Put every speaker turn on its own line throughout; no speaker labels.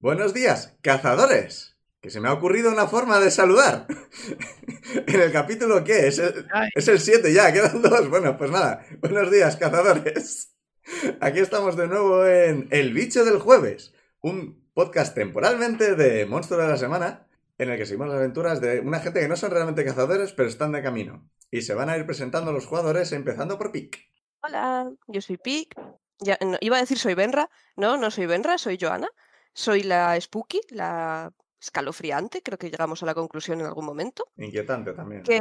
Buenos días, cazadores. Que se me ha ocurrido una forma de saludar. en el capítulo, ¿qué? Es el,
Ay.
es el 7 ya, quedan dos. Bueno, pues nada. Buenos días, cazadores. Aquí estamos de nuevo en El Bicho del Jueves, un podcast temporalmente de Monstruo de la Semana, en el que seguimos las aventuras de una gente que no son realmente cazadores, pero están de camino. Y se van a ir presentando los jugadores, empezando por Pic.
Hola, yo soy Pic. Ya, no, iba a decir soy Benra. No, no soy Benra, soy Joana. Soy la Spooky, la escalofriante, creo que llegamos a la conclusión en algún momento.
Inquietante también.
Que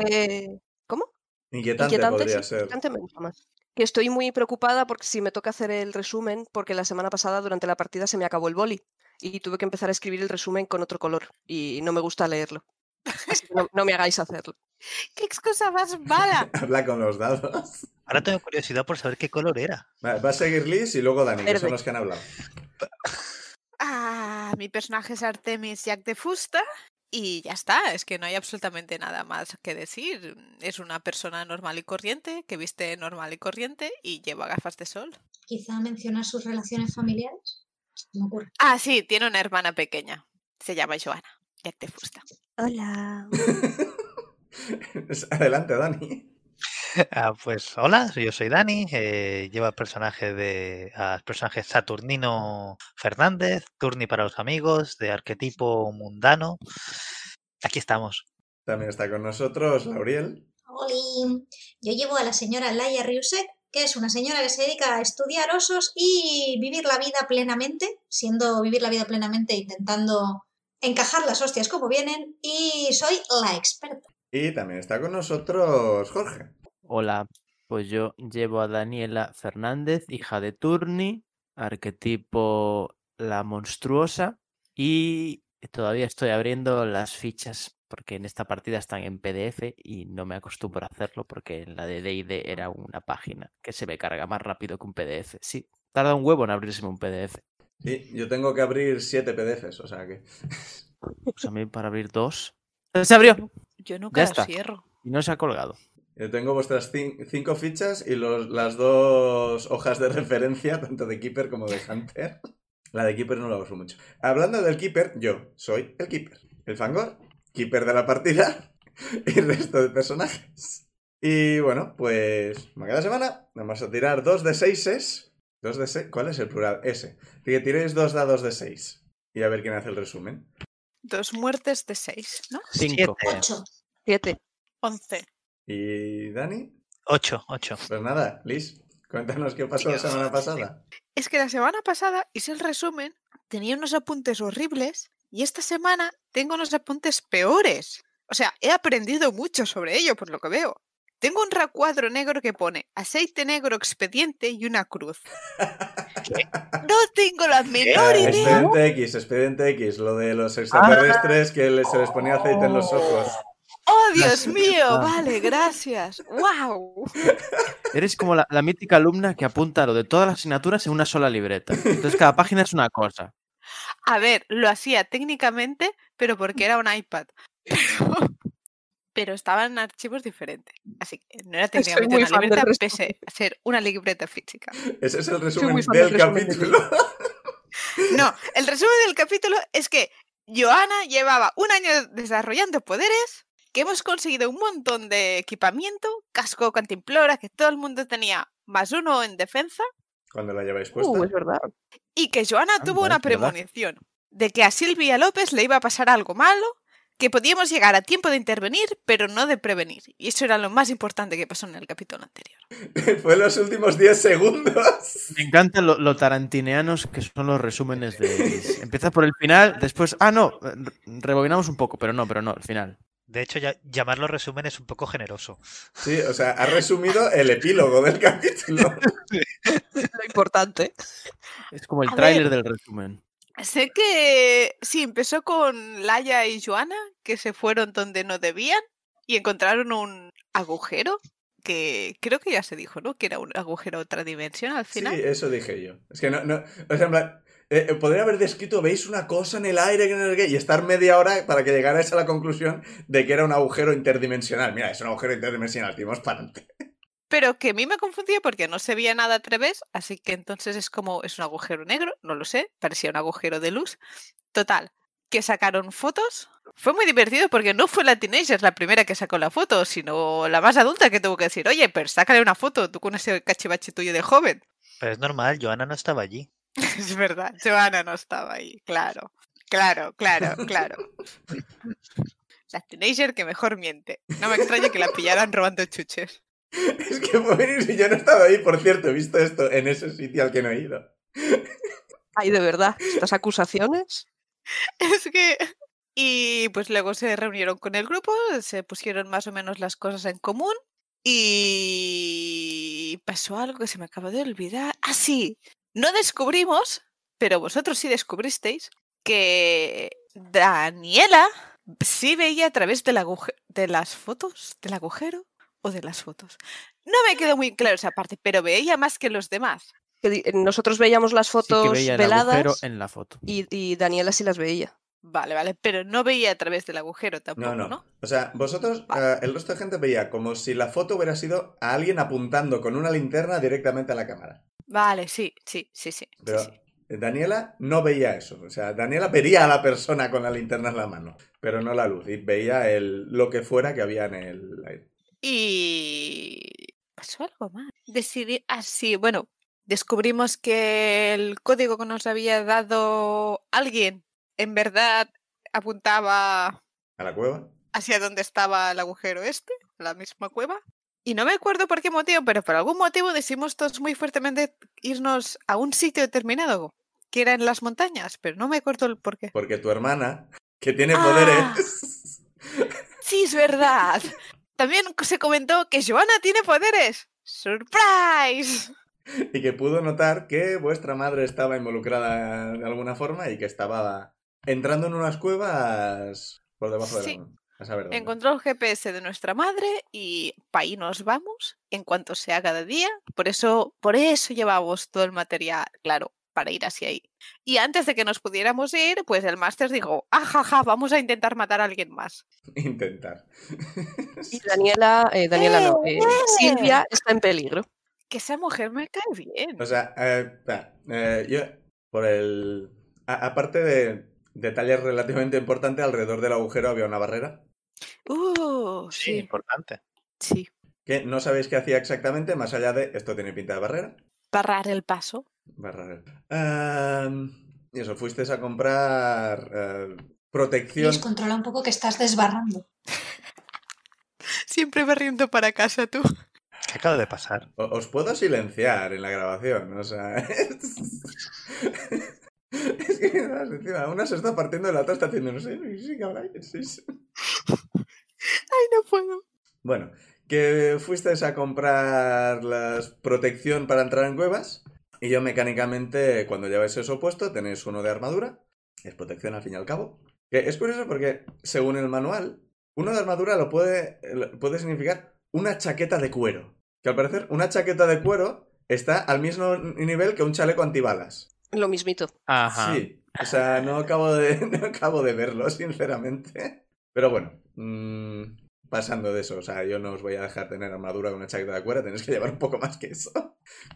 Inquietante,
inquietante,
podría
sí,
ser.
inquietante me gusta más. Que estoy muy preocupada porque si me toca hacer el resumen, porque la semana pasada durante la partida se me acabó el boli y tuve que empezar a escribir el resumen con otro color y no me gusta leerlo. Así que no, no me hagáis
Pues
hacerlo.
¡Qué excusa más mala!
Habla con los dados.
Ahora tengo curiosidad por saber qué color era.
Va, va a seguir Liz y luego Dani, que son
Verde.
los que han hablado.
Ah, mi personaje es Artemis Jack de Fusta. Y ya está, es que no hay absolutamente nada más que decir. Es una persona normal y corriente, que viste normal y corriente y lleva gafas de sol.
Quizá mencionar sus relaciones familiares. Se me ocurre.
Ah, sí, tiene una hermana pequeña. Se llama Joana, Jack de Fusta.
Hola.
Adelante, Dani.
Ah, pues hola, yo soy Dani, eh, llevo al personaje de al personaje Saturnino Fernández, Turni para los amigos, de arquetipo mundano. Aquí estamos.
También está con nosotros Lauriel.
¡Olín! Yo llevo a la señora Laia Riusek, que es una señora que se dedica a estudiar osos y vivir la vida plenamente, siendo vivir la vida plenamente intentando encajar las hostias como vienen, y soy la experta.
Y también está con nosotros Jorge.
Hola, pues yo llevo a Daniela Fernández, hija de Turni, arquetipo la monstruosa, y todavía estoy abriendo las fichas porque en esta partida están en PDF y no me acostumbro a hacerlo porque en la de D&D era una página que se me carga más rápido que un PDF. Sí, tarda un huevo en abrirse un PDF.
Y yo tengo que abrir siete PDFs, o sea que.
Pues a mí para abrir dos... Se abrió
Yo nunca
Ya
la
está.
cierro.
y no se ha colgado.
Yo Eh, tengo vuestras cin- cinco fichas y los- las dos hojas de referencia, tanto de Keeper como de Hunter. La de Keeper no la uso mucho. Hablando del Keeper, yo soy el Keeper. El Fangor, Keeper de la partida y el resto de personajes. Y bueno, pues como cada semana vamos a tirar dos de seises. ¿Dos de seis? ¿Cuál es el plural? S. Así Que tiréis dos dados de seis. Y a ver quién hace el resumen.
Dos muertes de seis, ¿no?
Cinco.
Siete,
Ocho.
Siete.
Once.
¿Y Dani?
ocho, ocho.
Pues nada, Liz, cuéntanos qué pasó la
Dios.
semana pasada.
Es que la semana pasada hice el resumen, tenía unos apuntes horribles y esta semana tengo unos apuntes peores. O sea, he aprendido mucho sobre ello, por lo que veo. Tengo un recuadro negro que pone aceite negro expediente y una cruz. No tengo la menor
Eh,
idea.
expediente X, expediente X, lo de los extraterrestres que le- se les ponía aceite en
Ah.
los ojos.
¡Oh, Dios mío!
Ah.
Vale, gracias. ¡Wow!
Eres como la, la mítica alumna que apunta lo de todas las asignaturas en una sola libreta. Entonces cada página es una cosa.
A ver, lo hacía técnicamente, pero porque era un iPad. Pero, pero estaba en archivos diferentes. Así que no era
Soy
técnicamente
muy
una
fan del
libreta,
resumen.
pese a ser una libreta física.
Ese es el resumen
muy fan
del
del resumen de
capítulo.
No, el resumen del capítulo es que Joana llevaba un año desarrollando poderes, que hemos conseguido un montón de equipamiento, casco cantimplora, que todo el mundo tenía más uno en defensa,
Cuando la lleváis puesta.
Uh, es verdad.
y que Joana tuvo una
Anda, es verdad.
premonición de que a Silvia López le iba a pasar algo malo, que podíamos llegar a tiempo de intervenir, pero no de prevenir. Y eso era lo más importante que pasó en el capítulo anterior.
Fue los últimos 10 segundos.
Me encantan lo, lo tarantineanos que son los resúmenes de Elvis. Empiezas por el final, después. Ah, no, eh, re- rebobinamos un poco, pero no, pero no, el final.
De hecho, ya, llamarlo resumen es un poco generoso.
Sí, o sea, ha resumido el epílogo del capítulo.
Lo importante.
Es como el
A
tráiler del resumen.
Sé que sí, empezó con Laia y Joana, que se fueron donde no debían y encontraron un agujero, que creo que ya se dijo, ¿no? Que era un agujero a otra dimensión al
Sí,
final.
eso dije yo. Es que no, no. O sea, en plan, eh, eh, podría haber descrito, veis una cosa en el aire que no sé qué, y estar media hora para que llegarais a la conclusión de que era un agujero interdimensional. Mira, es un agujero interdimensional, tío, vamos para adelante.
Pero que a mí me confundía porque no se veía nada a través, así que entonces es como, es un agujero negro, no lo sé, parecía un agujero de luz. Total, que sacaron fotos. Fue muy divertido porque no fue la teenager la primera que sacó la foto, sino la más adulta que tuvo que decir, oye, pero sácale una foto tú con ese cachivache tuyo de joven.
Pero es normal, Joana no estaba allí.
Es verdad, Joana no estaba ahí, claro. Claro, claro, claro. La teenager que mejor miente. No me extraña que la pillaran robando chuches.
Es que puedo venir si yo no he estado ahí, por cierto, he visto esto en ese sitio al que no he ido.
Ay, de verdad, estas acusaciones.
Es que... Y pues luego se reunieron con el grupo, se pusieron más o menos las cosas en común y pasó algo que se me acaba de olvidar. Ah, sí, no descubrimos, pero vosotros sí descubristeis que Daniela sí veía a través del aguje- de las fotos, del agujero o de las fotos. No me quedó muy claro esa parte, pero veía más que los demás.
Que di- eh, Nosotros veíamos las
sí que
fotos
veía el agujero
veladas
en la foto.
y, y Daniela sí las veía.
Vale, vale, pero no veía a través del agujero tampoco,
No,
¿no?
no, O sea, vosotros, eh, el resto de gente veía como si la foto hubiera sido a alguien apuntando con una linterna directamente a la cámara.
Vale, sí, sí, sí, sí. sí,
Pero
sí.
Daniela no veía eso. O sea, Daniela veía a la persona con la linterna en la mano, pero no la luz. Y veía el, lo que fuera que había en el aire.
Y pasó algo más. Decidí, ah, sí, bueno, descubrimos que el código que nos había dado alguien en verdad apuntaba
¿A la cueva?
hacia donde estaba el agujero este, la misma cueva. Y no me acuerdo por qué motivo, pero por algún motivo decidimos todos muy fuertemente irnos a un sitio determinado, que era en las montañas, pero no me acuerdo el por qué.
Porque tu hermana, que tiene
Ah.
poderes,
Sí, es verdad. También se comentó que Joana tiene poderes. ¡Surprise!
y que pudo notar que vuestra madre estaba involucrada de alguna forma y que estaba entrando en unas cuevas por debajo de
Sí.
la luna. A saber dónde.
Encontró el GPS de nuestra madre y pa' ahí nos vamos en cuanto se haga de día. Por eso, por eso llevamos todo el material, claro, para ir hacia ahí. Y antes de que nos pudiéramos ir, pues el máster dijo, ajaja, vamos a intentar matar a alguien más.
Intentar.
Y Daniela, eh, Daniela no,
¡Eh,
eh,
eh!
Silvia está en peligro.
Que esa mujer me cae bien.
O sea, eh, espera, eh, yo, por el... a- aparte de detalles relativamente importantes, alrededor del agujero había una barrera
Uh,
Sí,
sí,
importante.
sí.
que no sabéis qué hacía exactamente, más allá de esto tiene pinta de barrera.
Barrar el paso.
Barrera. Am, y eso, fuisteis a comprar eh, protección.
Luis, controla un poco que estás desbarrando.
Siempre barriendo para casa tú.
¿Qué acaba de pasar?
O- Os puedo silenciar en la grabación, o sea... Es que ¿sabes? encima una se está partiendo y la otra está haciendo, no sé, sí, que habrá- sí, sí.
Ay, no puedo.
Bueno, que fuisteis a comprar la protección para entrar en cuevas. Y yo mecánicamente, cuando lleváis eso puesto, tenéis uno de armadura. Es protección al fin y al cabo. Que es curioso porque, según el manual, uno de armadura lo puede, lo- puede significar una chaqueta de cuero. Que al parecer, una chaqueta de cuero está al mismo nivel que un chaleco antibalas.
Lo mismito.
Ajá.
Sí, o sea, no acabo de, no acabo de verlo, sinceramente. Pero bueno, mm, pasando de eso, o sea, yo no os voy a dejar tener armadura con una chaqueta de cuero, tenéis que llevar un poco más que eso.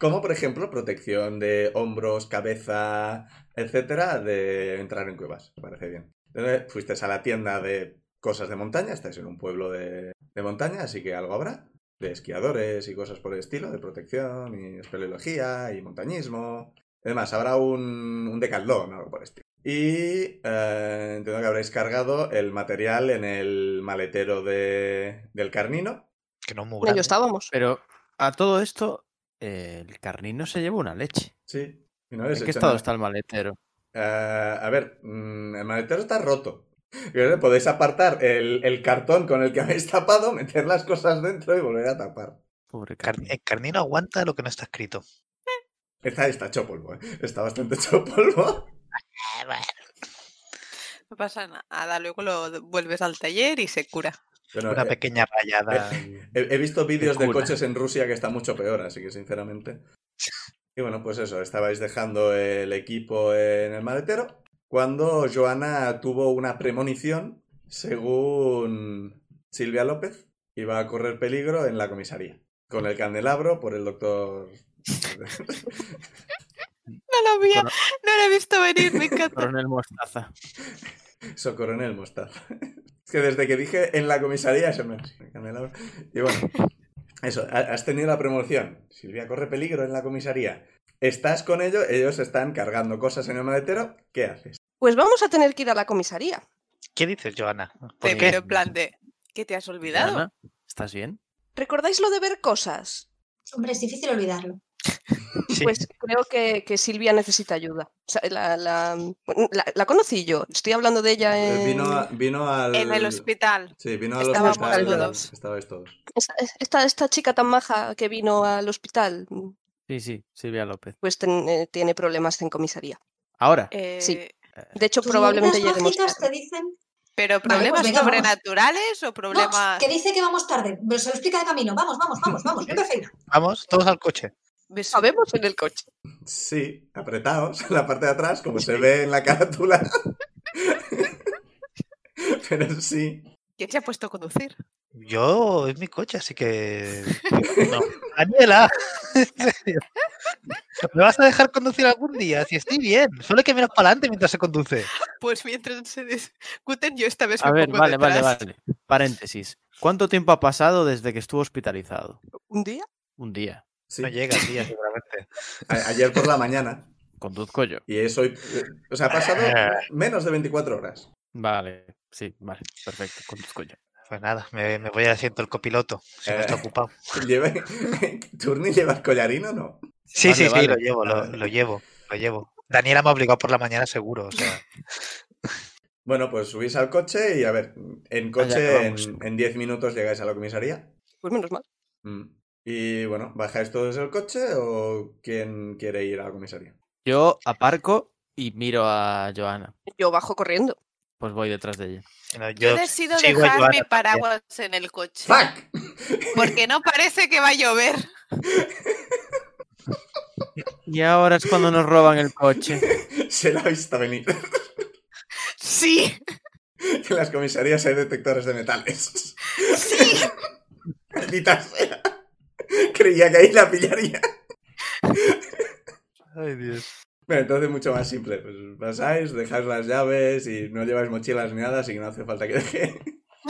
Como por ejemplo, protección de hombros, cabeza, etcétera, de entrar en cuevas, me parece bien. Entonces, Fuiste a la tienda de cosas de montaña, estáis en un pueblo de, de montaña, así que algo habrá. De esquiadores y cosas por el estilo, de protección y espeleología y montañismo. Además, habrá un, un decaldón o algo por el estilo. Y eh, entiendo que habréis cargado el material en el maletero de, del carnino.
Que no es muy
En ello
grande.
estábamos.
Pero a todo esto, eh, el carnino se llevó una leche.
Sí. Y no
¿En
habéis
qué
hecho
estado
nada.
está el maletero?
Eh, a ver, mm, el maletero está roto. Yo creo que Podéis apartar el, el cartón con el que habéis tapado, meter las cosas dentro y volver a tapar.
Pobre
Car-
carnino.
el carnino aguanta lo que eh, no está escrito.
Está, está hecho polvo, ¿eh? Está bastante hecho polvo.
No pasa nada, luego lo vuelves al taller y se cura.
Bueno,
Una
eh,
pequeña rayada. en-
He, he visto vídeos de
cura.
coches en Rusia que está mucho peor, así que sinceramente. Y bueno, pues eso, estabais dejando el equipo en el maletero cuando Joana tuvo una premonición, según Silvia López, iba a correr peligro en la comisaría, con el candelabro por el doctor...
No lo había,
Coro-
no lo he visto venir, me encanta.
Coronel Mostaza.
Socoronel Mostaza. Es que desde que dije en la comisaría se me... se me canelaba. Y bueno, eso, ha- has tenido la promoción. Silvia corre peligro en la comisaría. Estás con ellos, ellos están cargando cosas en el maletero. ¿Qué haces?
Pues vamos a tener que ir a la comisaría.
¿Qué dices, Joana?
Te
qué?
miro en plan de, ¿qué te has olvidado?
Ana, ¿Estás bien?
¿Recordáis lo de ver cosas?
Hombre, es difícil olvidarlo.
Sí,
Pues creo que, que Silvia necesita ayuda. O sea, la, la- bueno, la- la conocí yo. Estoy hablando de ella
Eh,
en...
Vino, a- vino al...
En el hospital.
Sí, vino al
Estábamos
hospital.
todos.
Estabais todos.
Esta, esta- esta chica tan maja que vino al hospital,
Sí, sí, Silvia López.
pues ten- eh, tiene problemas en comisaría.
Ahora.
Eh,
De hecho,
Tus
probablemente
movidas
lleguemos
mágicas
tarde.
te dicen
¿Pero
pues
problemas
venga, vamos.
sobrenaturales o
No,
problemas...?
que dice que vamos tarde, pero se lo explica de camino. Vamos, vamos, vamos, vamos, no perfecto.
Vamos, todos al coche.
Me su-
Sabemos en el coche.
Sí, apretados en la parte de atrás, como se ve en la carátula. Pero sí.
¿Quién se ha puesto a conducir?
Yo, es mi coche, así que. No. Daniela, en serio. ¿Me vas a dejar conducir algún día? Si estoy bien, solo hay que mirar para adelante mientras se conduce.
Pues mientras se discuten, yo esta vez
A
me
ver,
pongo
vale, vale,
detrás.
vale. Paréntesis. ¿Cuánto tiempo ha pasado desde que estuvo hospitalizado?
¿Un día?
Un día.
sí.
No llega el día, seguramente.
A- ayer por la mañana.
Conduzco yo.
Y eso. eh, O sea, ha pasado menos de 24 horas.
Vale, sí, vale, perfecto, conduzco yo.
Pues nada, me, me voy al asiento del copiloto, si no está
Eh.
ocupado.
Lleva... ¿Turni lleva el collarín o no?
Sí, sí, sí,
Vale, vale.
lo llevo, lo,
Vale.
lo llevo, lo llevo. Daniela me ha obligado por la mañana, seguro. O sea,
Bueno, pues subís al coche y a ver, en
Allá
coche en
vamos.
en 10 minutos llegáis a la comisaría.
Pues menos mal.
Mm. Y bueno, ¿bajáis todos del coche o quién quiere ir a la comisaría?
Yo aparco y miro a Joana.
Yo bajo corriendo.
Pues voy detrás de ella.
no, yo
Yo decido
sigo
dejar
a
mi
Joana también.
paraguas en el coche.
¡Fuck!
Porque no parece que va a llover.
Y ahora es cuando nos roban el coche.
Se la ha visto venir.
Sí,
Que en las comisarías hay detectores de metales.
sí.
Maldita sea. Creía que ahí la pillaría.
Ay, Dios.
Bueno, entonces mucho más simple. Pues pasáis, dejáis las llaves y no lleváis mochilas ni nada, así que no hace falta que deje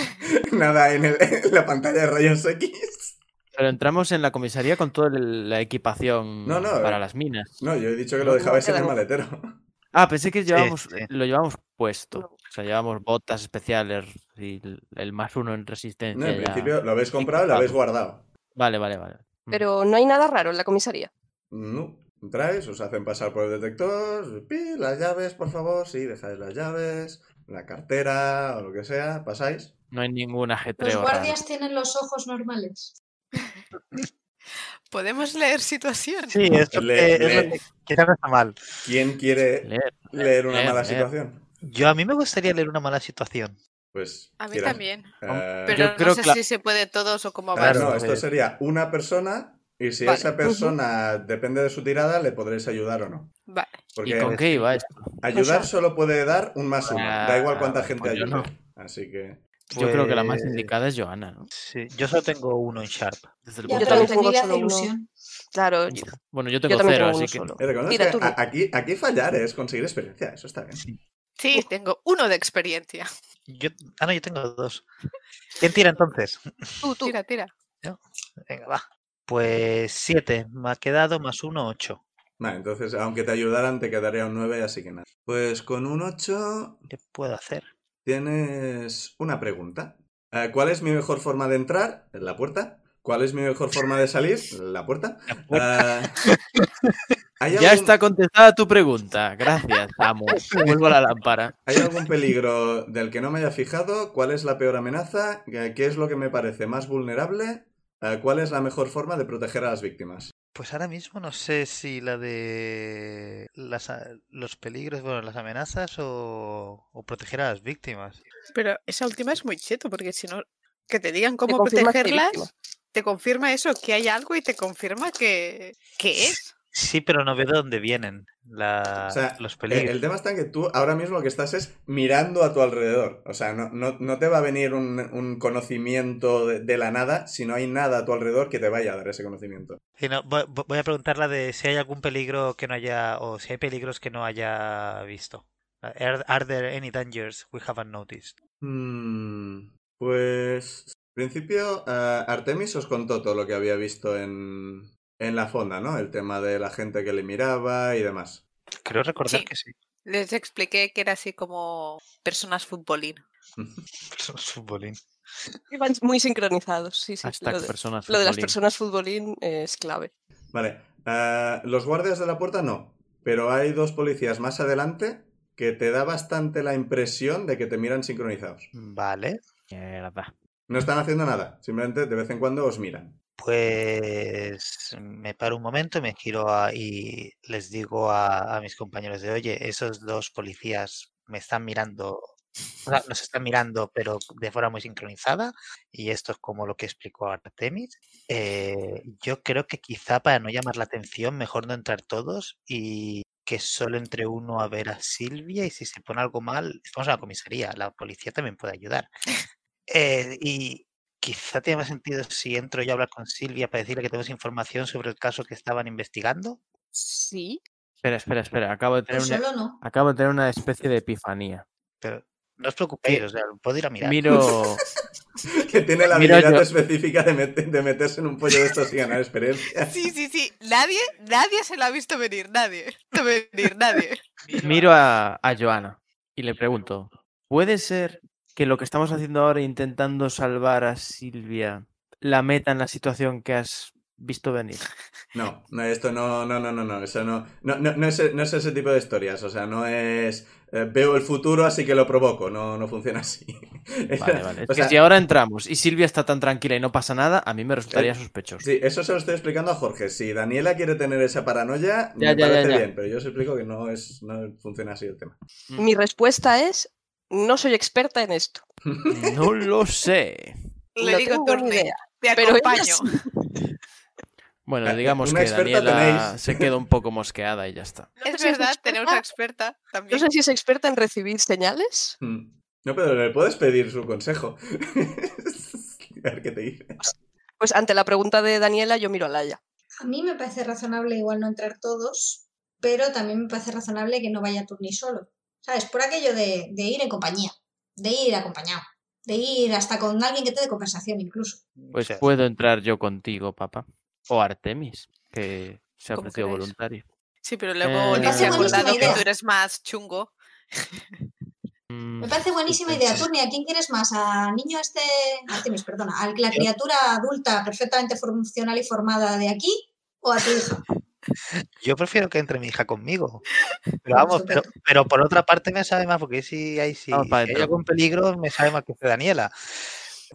nada en, el- en la pantalla de rayos X.
Pero entramos en la comisaría con toda el- la equipación
No, no,
para
eh.
las minas.
No, yo he dicho que lo
No,
dejabais en
queda
el
como-
maletero.
Ah, pensé que llevamos,
sí.
lo llevamos
No.
puesto. O sea, llevamos botas especiales y el- el más uno en resistencia.
No, en
ya.
principio lo habéis comprado y lo habéis guardado.
Vale, vale, vale. Mm.
Pero no hay nada raro en la comisaría.
No. Entráis, os hacen pasar por el detector. pi, las llaves, por favor. Sí, dejáis las llaves, la cartera o lo que sea. Pasáis.
No hay ningún
Los
ajetreo. raro.
guardias tienen los ojos normales.
Podemos leer situación.
Sí, es lo
Le-
que, es lo
le-
que- que no está mal.
¿Quién quiere
Leer.
leer una
leer,
mala
leer.
situación?
Yo a mí me gustaría leer una mala situación.
Pues.
A mí
tiras.
también.
Eh,
Pero
Yo creo
no sé
que la-
si se puede todos o cómo va.
Claro,
Claro,
no,
pues-
esto sería una persona y si
Vale.
esa persona depende de su tirada, le podréis ayudar o no.
Vale.
Porque
¿Y con qué iba esto?
ayudar
O sea-
solo puede dar un más uno, da igual
Ah,
cuánta
vale,
gente
pues yo
ayude.
no.
Así que
Yo creo que la más
Pues-
indicada es Joana, ¿no?
Sí, yo solo tengo uno en Sharp.
Desde el
Yo
Ya,
punto
también
pero
de-
la
tengo
familia hace
solo uno.
ilusión.
Claro, yo,
Bueno, yo
yo
tengo
también
cero,
tengo uno
así que.
solo.
eh, reconoces
Tira
que
tú,
a-
Nick.
aquí, aquí fallar es conseguir experiencia, eso está bien.
Sí, tengo uno de experiencia.
Yo, ah, no, yo tengo dos. ¿Quién tira entonces?
Tú, tú.
Tira, tira.
Venga, va. Pues siete. Me ha quedado más uno, ocho.
Vale, entonces aunque te ayudaran te quedaría un 9, así que nada. Pues con un 8
¿Qué puedo hacer?
tienes una pregunta. Eh, ¿Cuál es mi mejor forma de entrar? La puerta. ¿Cuál es mi mejor forma de salir? La puerta. Eh, ¿hay
Ya
algún-
está contestada tu pregunta. Gracias, amo. Vuelvo a la lámpara.
¿Hay algún peligro del que no me haya fijado? ¿Cuál es la peor amenaza? ¿Qué qué es lo que me parece más vulnerable? Eh, ¿Cuál es la mejor forma de proteger a las víctimas? Eh,
Pues ahora mismo no sé si la de las a- los peligros, bueno, las amenazas o, o proteger a las víctimas.
Pero esa última es muy cheto, porque si no, que te digan cómo
confirma que eres
protegerlas,
víctima.
te confirma eso, que hay algo y te confirma que, que es.
Sí, pero no veo de dónde vienen la-
O sea,
los
Eh,
peligros.
El tema está en que tú ahora mismo lo que estás es mirando a tu alrededor. O sea, no, no- no te va a venir un, un conocimiento de, de la nada si no hay nada a tu alrededor que te vaya a dar ese conocimiento.
Sí, no, vo- vo- voy a preguntar la de si hay algún peligro que no haya, o si hay peligros que no haya visto. Are, are there any dangers we haven't noticed?
Hmm, pues, en principio, eh, Artemis os contó todo lo que había visto en, en la fonda, ¿no? El tema de la gente que le miraba y demás.
Creo recordar
Sí.
que sí.
Les expliqué que era así como personas futbolín.
Futbolín.
Iban muy sincronizados, sí, sí.
Hashtag
lo de-
personas
lo de las
futbolín.
personas futbolín eh, es clave.
Vale. ah, los guardias de la puerta no. Pero hay dos policías más adelante que te da bastante la impresión de que te miran sincronizados.
Vale.
Mierda.
No están haciendo nada. Simplemente de vez en cuando os miran.
Pues me paro un momento, me giro a- y les digo a, a mis compañeros de, oye, esos dos policías me están mirando, o sea, nos están mirando, pero de forma muy sincronizada, y esto es como lo que explicó Artemis. Eh, yo creo que quizá para no llamar la atención, mejor no entrar todos y que solo entre uno a ver a Silvia y si se pone algo mal, estamos en la comisaría, la policía también puede ayudar. Eh, y, Quizá tiene más sentido si entro yo a hablar con Silvia para decirle que tenemos información sobre el caso que estaban investigando.
Sí.
Espera, espera, espera. Acabo de
Yo
tener
Pues
una,
pues solo no.
acabo de tener una especie de epifanía.
Pero no os preocupéis, o sea, puedo ir a mirar.
Miro.
Que tiene la
Mira,
habilidad
yo-
específica de, met- de meterse en un pollo de estos y ganar experiencia.
Sí, sí, sí. Nadie, nadie se la ha visto venir, nadie. No venir, nadie.
Miro a, a Joana y le pregunto, ¿puede ser que lo que estamos haciendo ahora intentando salvar a Silvia la meta en la situación que has visto venir?
No, no, esto no, no, no, no, no. Eso no, no, no, no es, no es ese tipo de historias. O sea, no es eh, veo el futuro así que lo provoco. No, no funciona así.
Vale, vale. Es
O
que
sea,
si ahora entramos y Silvia está tan tranquila y no pasa nada, a mí me resultaría sospechoso.
Eh, Sí, eso se lo estoy explicando a Jorge. Si Daniela quiere tener esa paranoia,
Ya,
me
ya, ya,
parece
ya.
bien, pero yo os explico que no es, no funciona así el tema.
Mm.
Mi respuesta es, no soy experta en esto.
No lo sé.
Le
No
digo,
tengo ni
Torne,
idea,
te
pero ella
acompaño.
sí.
Bueno,
Ah,
digamos
una
que
experta
Daniela
tenéis.
se queda un poco mosqueada y ya está.
No
Es
sé si
verdad, tenemos una
experta-
experta
No
también.
sé si es experta en recibir señales.
Mm. No, pero le puedes pedir su consejo. a ver qué te dice.
Pues ante la pregunta de Daniela, yo miro a Laia.
A mí me parece razonable igual no entrar todos, pero también me parece razonable que no vaya tú ni solo. ¿Sabes? Por aquello de, de ir en compañía, de ir acompañado, de ir hasta con alguien que te dé conversación incluso.
O
Pues
sea,
puedo entrar yo contigo, papá. O Artemis, que se ha
Como
ofrecido
queráis.
voluntario.
Sí, pero luego
Eh,
Liz se ha
Me
acordado
parece
que
buenísima
tú
idea.
eres más chungo.
Mm,
Me parece buenísima idea, Turni. ¿A quién quieres más? ¿Al niño este? Artemis, perdona. ¿A la criatura adulta perfectamente funcional y formada de aquí? ¿O a tu hija?
yo prefiero que entre mi hija conmigo.
Por
Pero vamos, pero,
supuesto.
pero por otra parte me sabe más, porque si hay, si,
Vamos
si
para
hay
dentro.
algún peligro, me sabe más que usted, Daniela.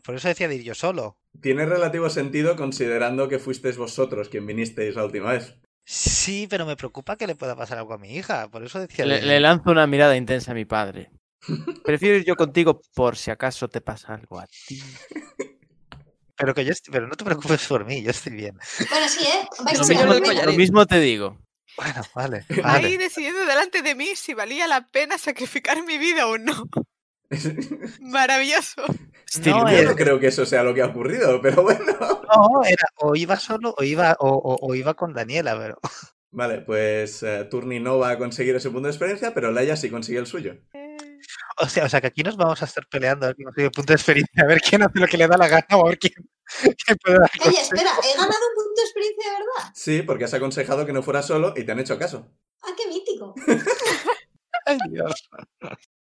Por eso decía de ir yo solo.
Tiene relativo sentido considerando que fuisteis vosotros quien vinisteis la última vez.
Sí, pero me preocupa que le pueda pasar algo a mi hija. Por eso decía
Le,
de-
le lanzo una mirada intensa a mi padre. Prefiero ir yo contigo por si acaso te pasa algo a ti.
Pero, que yo estoy- pero no te preocupes por mí, yo estoy bien.
Bueno, sí, ¿eh? Vais
Lo
a
señor
mismo,
del
sacarme-
te, lo
collarín.
mismo te digo.
Bueno, vale,
Ahí
vale.
decidiendo delante de mí si valía la pena sacrificar mi vida o no. Maravilloso.
Still
No,
good.
Yo
eh,
no creo que eso sea lo que ha ocurrido, pero bueno.
No, era o iba solo o iba, o, o- o iba con Daniela, pero
Vale, pues eh, Turni no va a conseguir ese punto de experiencia, pero Laia sí consigue el suyo.
Eh,
O sea, o sea, que aquí nos vamos a estar peleando ¿eh? a ver quién consigue el punto de experiencia, a ver quién hace lo que le da la gana o a ver quién, quién puede dar
Oye,
consejos.
espera, he ganado un punto de experiencia de verdad.
Sí, porque has aconsejado que no fuera solo y te han hecho caso.
¡Ah, qué mítico!
Ay, Dios.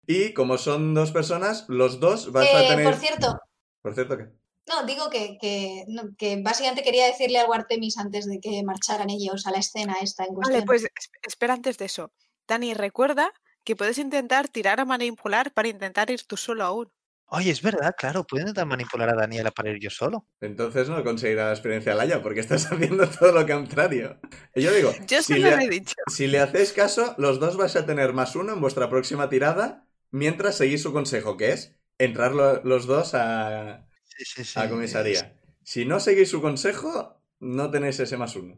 Y como son dos personas, los dos vas a
Eh,
tener.
por cierto,
Por cierto, ¿qué?
No, digo que, que, no, que básicamente quería decirle algo a Artemis antes de que marcharan ellos a la escena esta en cuestión.
Vale, pues es- espera antes de eso. Dani, recuerda que puedes intentar tirar a manipular para intentar ir tú solo aún.
Oye, es verdad, claro, puedo intentar manipular a Daniela para ir yo solo.
Entonces no conseguirá la experiencia Laia porque estás haciendo todo lo contrario. Y yo digo,
Yo
si
se lo
le,
he dicho.
si le hacéis caso, los dos vais a tener más uno en vuestra próxima tirada mientras seguís su consejo, que es entrar lo- los dos a,
Sí, sí, sí.
Ah, a comisaría. Si no seguís su consejo, no tenéis ese más uno.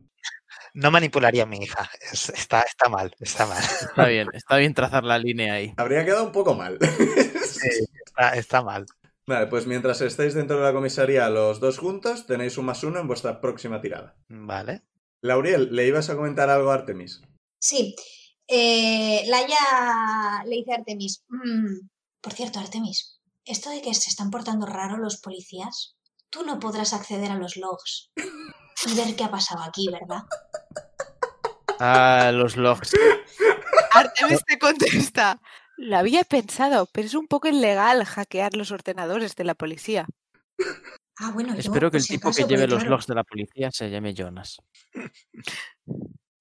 No manipularía a mi hija. Es- está, está mal, está mal.
Está bien, está bien trazar la línea ahí.
Habría quedado un poco mal.
Está, está mal.
Vale, pues mientras estáis dentro de la comisaría los dos juntos, tenéis un más uno en vuestra próxima tirada.
Vale.
Lauriel, ¿le ibas a comentar algo a Artemis?
Sí. Eh, Laia le dice a Artemis. "Mm, por cierto, Artemis, esto de que se están portando raro los policías, tú no podrás acceder a los logs y ver qué ha pasado aquí, ¿verdad?
Ah, los logs.
Artemis te contesta. Lo había pensado, pero es un poco ilegal hackear los ordenadores de la policía.
Ah, bueno, yo,
Espero que
por
el
si
tipo que
acaso, porque,
lleve los
claro,
logs de la policía se llame Jonas.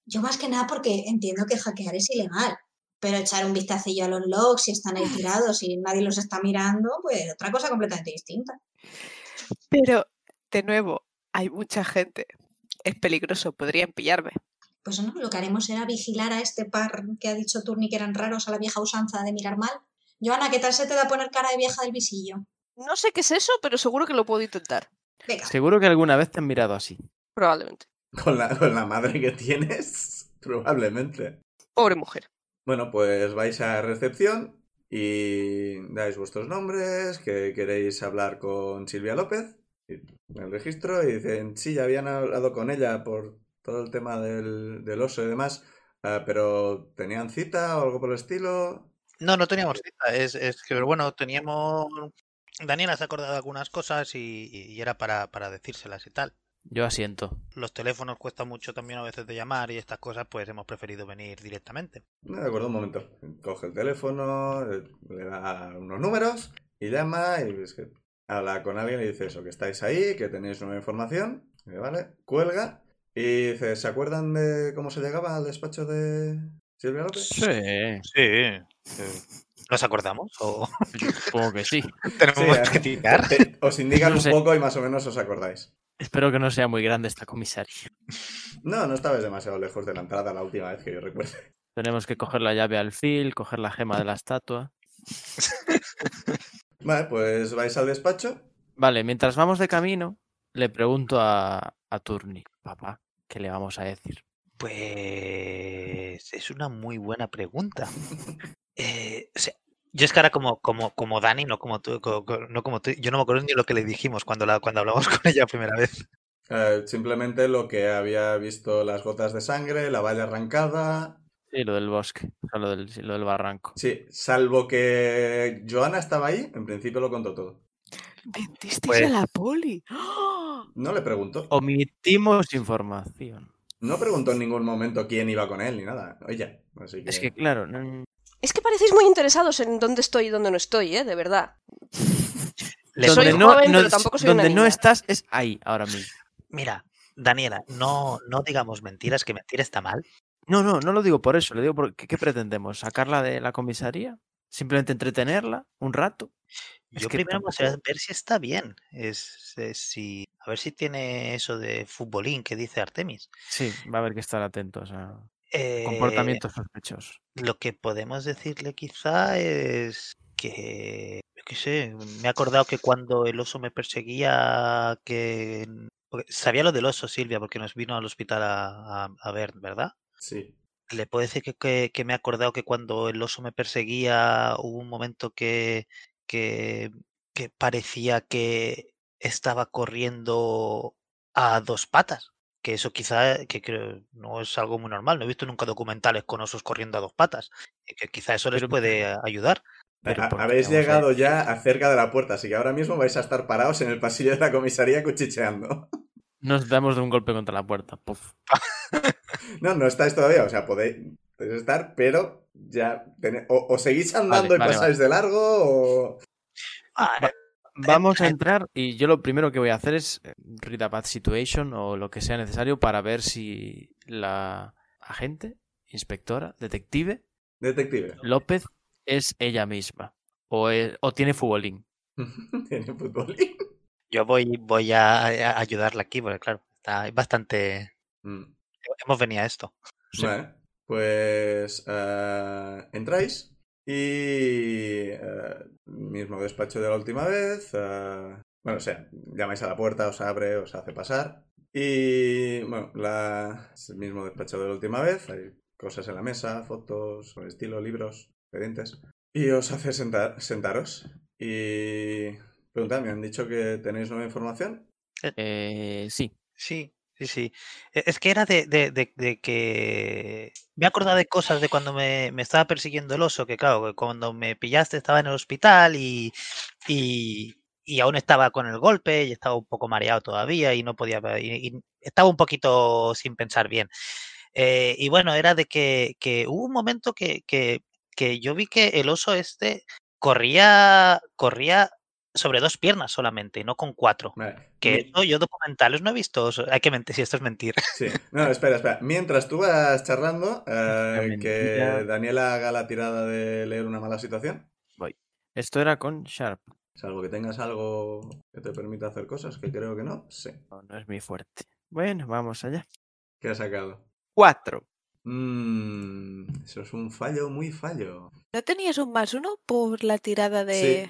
Yo más que nada porque entiendo que hackear es ilegal, pero echar un vistacillo a los logs si están ahí tirados y nadie los está mirando, pues otra cosa completamente distinta.
Pero, de nuevo, hay mucha gente. Es peligroso, podrían pillarme.
Pues no, lo que haremos será vigilar a este par que ha dicho Turni que eran raros a la vieja usanza de mirar mal. Joana, ¿qué tal se te da poner cara de vieja del visillo?
No sé qué es eso, pero seguro que lo puedo intentar.
Venga,
Seguro que alguna vez te han mirado así.
Probablemente.
Con la, con la madre que tienes, probablemente.
Pobre mujer.
Bueno, pues vais a recepción y dais vuestros nombres, que queréis hablar con Silvia López, y el registro, y dicen, sí, ya habían hablado con ella por todo el tema del, del oso y demás, ah, pero tenían cita o algo por el estilo.
No, no teníamos cita. Es, es que, pero bueno, teníamos. Daniela se ha acordado de algunas cosas y, y era para, para decírselas y tal.
Yo asiento.
Los teléfonos cuesta mucho también a veces de llamar y estas cosas, pues hemos preferido venir directamente.
No, de acuerdo, un momento. Coge el teléfono, eh, le da unos números y llama y es que habla con alguien y dice eso, que estáis ahí, que tenéis nueva información. Y, vale, cuelga y dice, ¿se acuerdan de cómo se llegaba al despacho de Silvia López?
Sí, eh,
Sí. ¿Nos acordamos? ¿O
yo supongo que sí.
tenemos
Sí,
que
eh.
tirar?
Te- Os indican
No sé.
un poco y más o menos os acordáis.
Espero que no sea muy grande esta comisaría.
No, no estabais demasiado lejos de la entrada la última vez que yo recuerdo.
Tenemos que coger la llave al fil, coger la gema de la estatua.
Vale, pues vais al despacho.
Vale, mientras vamos de camino, le pregunto a, a Turni, papá, ¿qué le vamos a decir?
Pues es una muy buena pregunta. Eh, o sea, yo es que ahora como, como, como Dani, no como tú, co- co- no como tú, yo no me acuerdo ni lo que le dijimos cuando, la, cuando hablamos con ella la primera vez.
Eh, simplemente lo que había visto las gotas de sangre, la valla arrancada,
Sí, lo del bosque, o sea, lo del, sí, lo del barranco.
Sí, salvo que Joana estaba ahí, en principio lo contó todo.
Mentisteis
Pues-
a la poli. ¡Ah!
No le preguntó.
Oh. Omitimos información.
No preguntó en ningún momento quién iba con él ni nada. Ella. Así que...
Es que, claro, no-
Es que parecéis muy interesados en dónde estoy y dónde no estoy, ¿eh? De verdad.
Le
Soy
pone-
joven, pero
es-
tampoco soy una
donde no
niña.
estás es ahí ahora mismo.
Mira, Daniela, no, no digamos mentiras, que mentir está mal.
No, no, no lo digo por eso, lo digo porque ¿qué pretendemos? ¿Sacarla de la comisaría? ¿Simplemente entretenerla un rato? Es
Yo
que
primero me gustaría
tampoco-
ver si está bien. Es, es si, a ver si tiene eso de futbolín que dice Artemis.
Sí, va a haber que estar atentos a
Eh,
comportamientos sospechosos.
Lo que podemos decirle quizá es que, yo qué sé, me he acordado que cuando el oso me perseguía, que... porque Sabía lo del oso, Silvia, porque nos vino al hospital a, a- a ver, ¿verdad?
Sí.
Le puedo decir que, que- que me he acordado que cuando el oso me perseguía hubo un momento que, que, que parecía que estaba corriendo a dos patas. Que eso quizá que creo, no es algo muy normal. No he visto nunca documentales con osos corriendo a dos patas. y Que quizá eso les
Pero-
puede a- ayudar.
Pero
Ha-
¿por qué
habéis
vamos a ir?
llegado ya a cerca de la puerta, así que ahora mismo vais a estar parados en el pasillo de la comisaría cuchicheando.
Nos damos de un golpe contra la puerta. puf.
No, no estáis todavía, o sea, podéis podéis estar, pero ya... tene- O, o seguís andando
Vale,
y
vale,
pasáis de largo o...
Ah,
Va- Vamos a entrar y yo lo primero que voy a hacer es eh, read a bad situation o lo que sea necesario para ver si la agente, inspectora, detective
Detective.
López es ella misma o, es- o tiene futbolín.
Tiene fútbol.
yo voy, voy a, a ayudarla aquí, porque claro, está bastante.
Mm.
Hemos venido a esto.
Sí.
Vale, pues eh, entráis y eh, mismo despacho de la última vez, eh, Bueno, o sea, llamáis a la puerta, os abre, os hace pasar. Y bueno, la... es el mismo despacho de la última vez. Hay cosas en la mesa, fotos, por el estilo, libros, expedientes. Y os hace sentar, sentaros. Y preguntad, me han dicho que tenéis nueva información.
Eh, sí.
Sí, sí, sí. E- Es que era de, de- de- de que me acordaba de cosas de cuando me, me estaba persiguiendo el oso, que claro, que cuando me pillaste estaba en el hospital y, y, y aún estaba con el golpe y estaba un poco mareado todavía y no podía, ver- y, y estaba un poquito sin pensar bien. Eh, y bueno, era de que, que hubo un momento que, que, que yo vi que el oso este corría, corría sobre dos piernas solamente, no con cuatro.
Vale.
Que eso yo documentales no he visto. o sea, Hay que mentir si esto es mentir.
Sí. No, espera, espera. Mientras tú vas charlando, eh,
Mentira.
que Daniela haga la tirada de leer una mala situación.
Esto era con Sharp.
Salvo que tengas algo que te permita hacer cosas, que creo que no. Sí.
No, no es mi fuerte. Bueno, vamos allá.
¿Qué has sacado?
Cuatro.
Mm, eso es un fallo muy fallo.
¿No tenías un más uno por la tirada de,